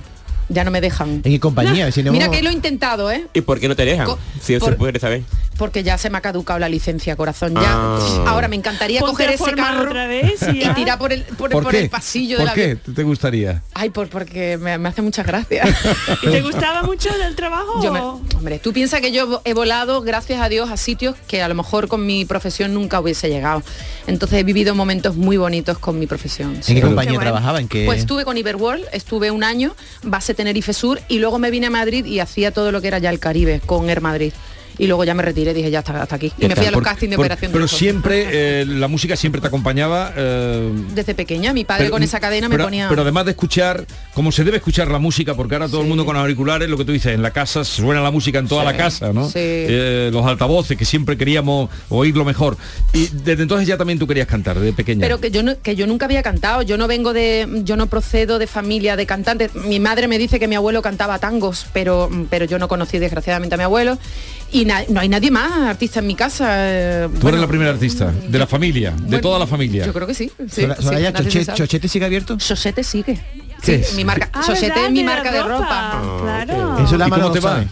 Speaker 10: ya no me dejan.
Speaker 5: En mi compañía, si no...
Speaker 10: Mira que lo he intentado, ¿eh?
Speaker 6: ¿Y por qué no te dejan?
Speaker 10: Co-
Speaker 6: Si
Speaker 10: por-
Speaker 6: se puede saber.
Speaker 10: porque ya se me ha caducado la licencia, corazón. Ya.
Speaker 6: Ah.
Speaker 10: Ahora me encantaría
Speaker 4: Ponte
Speaker 10: coger
Speaker 4: a
Speaker 10: ese
Speaker 4: formar
Speaker 10: carro
Speaker 4: otra vez y
Speaker 10: y,
Speaker 4: ya.
Speaker 10: tirar por el, por,
Speaker 3: ¿Por,
Speaker 10: por
Speaker 3: qué?
Speaker 10: el pasillo de
Speaker 3: ¿Por
Speaker 10: la
Speaker 3: qué
Speaker 10: vida.
Speaker 3: te gustaría?
Speaker 10: Ay, por, porque me, me hace muchas gracias.
Speaker 4: ¿Y te gustaba mucho el trabajo?
Speaker 10: Yo me-
Speaker 4: o-
Speaker 10: hombre, tú piensas que yo he volado, gracias a Dios, a sitios que a lo mejor con mi profesión nunca hubiese llegado. Entonces he vivido momentos muy bonitos con mi profesión.
Speaker 5: ¿En qué compañía trabajaba? ¿En qué...?
Speaker 10: Pues estuve con Iberworld, estuve un año, base Tenerife Sur y luego me vine a Madrid y hacía todo lo que era ya el Caribe con Air Madrid. Y luego ya me retiré, dije ya hasta, hasta aquí. Y me fui a los
Speaker 3: Por-
Speaker 10: castings de
Speaker 3: por-
Speaker 10: operación.
Speaker 3: Pero
Speaker 10: triunfo.
Speaker 3: siempre, eh, la música siempre te acompañaba. eh,
Speaker 10: Desde pequeña, mi padre
Speaker 3: Pero-
Speaker 10: con esa cadena me
Speaker 3: pero-
Speaker 10: ponía.
Speaker 3: Pero además de escuchar, como se debe escuchar la música, porque ahora todo el mundo con auriculares, lo que tú dices, en la casa suena la música en toda
Speaker 10: Sí,
Speaker 3: la casa, ¿no?
Speaker 10: sí.
Speaker 3: Eh, los altavoces, que siempre queríamos oírlo mejor. Y desde entonces ya también tú querías cantar, desde pequeña.
Speaker 10: Pero que yo no, que yo nunca había cantado, yo no vengo de, yo no procedo de familia de cantantes. Mi madre me dice que mi abuelo cantaba tangos, pero, pero yo no conocí desgraciadamente a mi abuelo. Y na- no hay nadie más artista en mi casa. eh,
Speaker 3: tú
Speaker 10: bueno, mm,
Speaker 3: eres la primera artista, de la familia, de toda la familia.
Speaker 10: Yo creo que sí. sí,
Speaker 5: Sora-
Speaker 10: sí,
Speaker 5: Soraya,
Speaker 10: nadie se
Speaker 5: Choche-
Speaker 10: sabe.
Speaker 5: ¿Chochete sigue abierto?
Speaker 10: Chochete sigue.
Speaker 5: ¿Qué
Speaker 10: Sí,
Speaker 5: es?
Speaker 10: mi marca.
Speaker 4: Ah,
Speaker 10: Chochete
Speaker 4: ¿verdad?
Speaker 10: es mi
Speaker 4: De la Ah,
Speaker 10: marca de ropa.
Speaker 4: Claro.
Speaker 5: Eso la
Speaker 3: ¿Y
Speaker 5: mano
Speaker 3: cómo te
Speaker 5: lo
Speaker 3: va?
Speaker 5: sabe.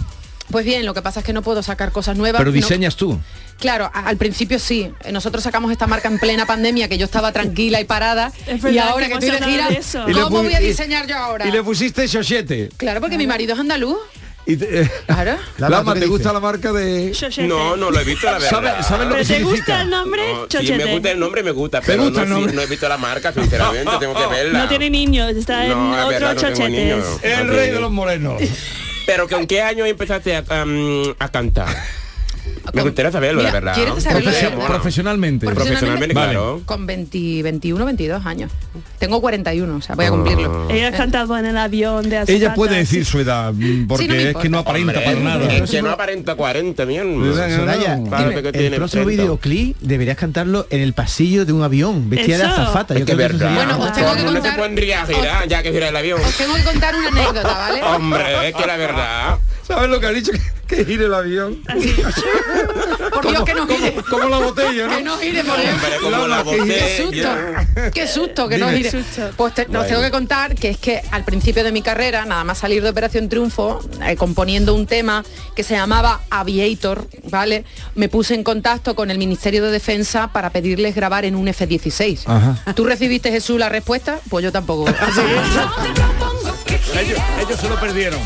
Speaker 10: Pues bien, lo que pasa es que no puedo sacar cosas nuevas.
Speaker 3: Pero
Speaker 10: no-
Speaker 3: diseñas tú.
Speaker 10: Claro, a- al principio sí. Eh, Nosotros sacamos esta marca en plena pandemia, que yo estaba tranquila y parada,
Speaker 4: Es
Speaker 10: y
Speaker 4: verdad,
Speaker 10: ahora
Speaker 4: que
Speaker 10: que
Speaker 4: hemos
Speaker 10: estoy de
Speaker 4: hablado
Speaker 10: gira,
Speaker 4: de eso.
Speaker 3: Y le
Speaker 10: ¿cómo
Speaker 3: pu-
Speaker 10: voy a
Speaker 3: y-
Speaker 10: diseñar yo ahora?
Speaker 3: Y le pusiste Xochete.
Speaker 10: Claro, porque mi marido es andaluz.
Speaker 3: Y te- eh,
Speaker 10: Claro.
Speaker 3: Lama, ¿te gusta la marca de...?
Speaker 4: Xochete.
Speaker 6: No, no lo he visto, la verdad.
Speaker 3: ¿Sabe- sabe lo ¿Pero que te gusta significa? el
Speaker 4: nombre?
Speaker 6: sí,
Speaker 4: Chochete.
Speaker 6: me gusta el nombre, me gusta, pero
Speaker 3: gusta
Speaker 6: no,
Speaker 3: el
Speaker 6: sí,
Speaker 3: nombre?
Speaker 6: no he visto la marca, sinceramente, tengo que verla.
Speaker 4: No tiene niños, está en
Speaker 6: No, es
Speaker 4: otro Eh,
Speaker 6: verdad, no tengo
Speaker 4: chochetes.
Speaker 6: niños. El No rey de los
Speaker 3: morenos.
Speaker 6: Pero ¿con qué año empezaste a, am, a cantar? Me gustaría saberlo,
Speaker 10: Mira,
Speaker 6: la verdad.
Speaker 10: ¿quieres saberlo?
Speaker 6: Porque,
Speaker 10: Profesio-
Speaker 6: bueno,
Speaker 3: Profesionalmente.
Speaker 6: Profesionalmente,
Speaker 3: Vale.
Speaker 6: claro.
Speaker 10: Con 20, 21, 22 años. Tengo 41, o sea, voy a cumplirlo. Eh.
Speaker 4: Ella ha cantado en el avión de Azafata.
Speaker 3: Oh. Ella puede decir su edad, mm, porque
Speaker 4: me
Speaker 3: es que no aparenta
Speaker 6: Hombre,
Speaker 3: para nada.
Speaker 6: Es que no aparenta 40, mierda.
Speaker 5: Soraya,
Speaker 6: Parece que
Speaker 5: Pues el
Speaker 6: tiene
Speaker 5: próximo
Speaker 6: 30.
Speaker 5: videoclip deberías cantarlo en el pasillo de un avión, vestida de
Speaker 6: Eso.
Speaker 5: azafata.
Speaker 6: Es
Speaker 5: Yo
Speaker 6: que
Speaker 5: creo que eso
Speaker 6: verdad.
Speaker 5: sería-
Speaker 6: Bueno, os tengo que contar- se pondría a girar, ya que gira el avión.
Speaker 10: Os tengo que contar una anécdota, ¿vale?
Speaker 6: Hombre, es que la verdad.
Speaker 3: ¿Sabes lo que ha dicho? Que, que gire el avión.
Speaker 10: Por Dios, que no gire.
Speaker 3: Como la botella, ¿no?
Speaker 10: Que no gire, por Dios.
Speaker 6: Hombre, como la
Speaker 10: Qué susto,
Speaker 6: botella.
Speaker 10: qué susto que no
Speaker 6: Dime.
Speaker 10: gire.
Speaker 6: Susto.
Speaker 10: Pues te- os
Speaker 6: Bueno.
Speaker 10: tengo que contar que es que al principio de mi carrera, nada más salir de Operación Triunfo, eh, componiendo un tema que se llamaba Aviator, ¿vale? Me puse en contacto con el Ministerio de Defensa para pedirles grabar en un F-16. ¿Tú recibiste, Jesús, la respuesta? Pues yo tampoco. Así que-
Speaker 3: Ellos, ellos se lo perdieron.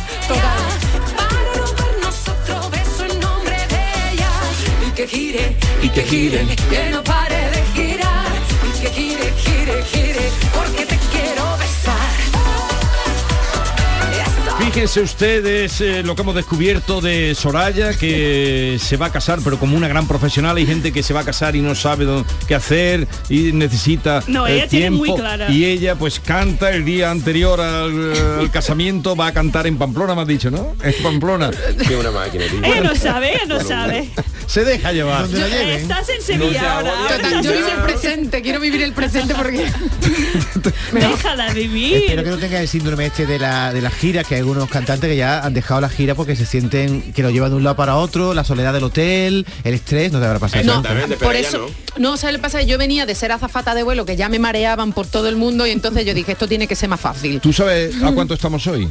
Speaker 21: Otro beso en nombre de ella y que gire,
Speaker 3: Y que giren.
Speaker 21: que no pare de girar y que gire, gire, gire, porque te quiero besar.
Speaker 3: Fíjense ustedes eh, lo que hemos descubierto de Soraya, que se va a casar, pero como una gran profesional, hay gente que se va a casar y no sabe dó- qué hacer y necesita
Speaker 4: No,
Speaker 3: eh,
Speaker 4: ella tiene
Speaker 3: tiempo.
Speaker 4: muy clara.
Speaker 3: Y ella pues canta el día anterior al, eh, al casamiento, va a cantar en Pamplona, me has dicho, ¿no? En Pamplona.
Speaker 6: Qué una máquina, tío.
Speaker 4: Ella Eh, no sabe, ella no sabe.
Speaker 3: Se deja llevar.
Speaker 4: Yo- eh, Estás en
Speaker 3: No sé,
Speaker 4: Sevilla ahora. ahora
Speaker 10: Total, yo
Speaker 4: estás
Speaker 10: vivo
Speaker 4: en-
Speaker 10: el presente, quiero vivir el presente porque...
Speaker 4: Déjala vivir.
Speaker 5: Espero que no tenga el síndrome este de la, de la gira, que hay algunos cantantes que ya han dejado la gira porque se sienten que lo llevan de un lado para otro, la soledad del hotel, el estrés, no te habrá pasado.
Speaker 10: No, por eso, no, ¿sabes lo que pasa? Yo venía de ser azafata de vuelo, que ya me mareaban por todo el mundo y entonces yo dije, esto tiene que ser más fácil.
Speaker 3: ¿Tú sabes a cuánto estamos hoy?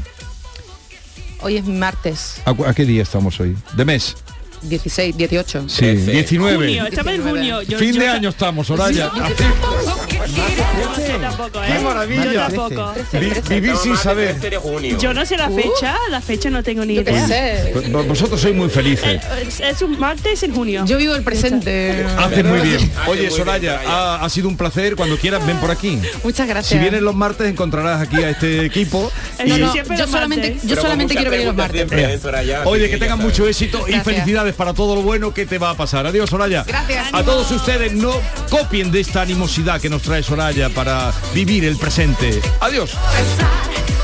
Speaker 10: Hoy es martes
Speaker 3: ¿A, cu- a qué día estamos hoy? ¿De mes?
Speaker 10: 16, 18.
Speaker 3: Sí, 19.
Speaker 4: Junio, estaba en junio. Yo-
Speaker 3: fin
Speaker 4: yo-
Speaker 3: de año estamos, Soraya.
Speaker 4: No,
Speaker 3: Así-
Speaker 4: No, yo tampoco, ¿eh?
Speaker 3: Qué maravilla.
Speaker 4: Yo tampoco. Uh.
Speaker 3: Vi- Vivir sin saber.
Speaker 4: Yo no sé la fecha, la fecha no tengo ni idea.
Speaker 3: Vos- Vosotros sois muy felices.
Speaker 4: Es- Es un martes en junio.
Speaker 10: Yo vivo el presente.
Speaker 3: Haces muy bien. Oye, Soraya, ha, ha sido un placer. Cuando quieras, ven por aquí.
Speaker 10: Muchas gracias.
Speaker 3: Si vienes los martes, encontrarás aquí a este equipo.
Speaker 10: No, no, yo solamente, yo solamente quiero venir los martes.
Speaker 3: Eh, Oye, que tengan mucho éxito y
Speaker 10: Gracias.
Speaker 3: felicidades para todo lo bueno que te va a pasar. Adiós, Soraya.
Speaker 10: Gracias.
Speaker 3: A todos ustedes, no copien de esta animosidad que nos trae Soraya para vivir el presente. Adiós.
Speaker 21: Besar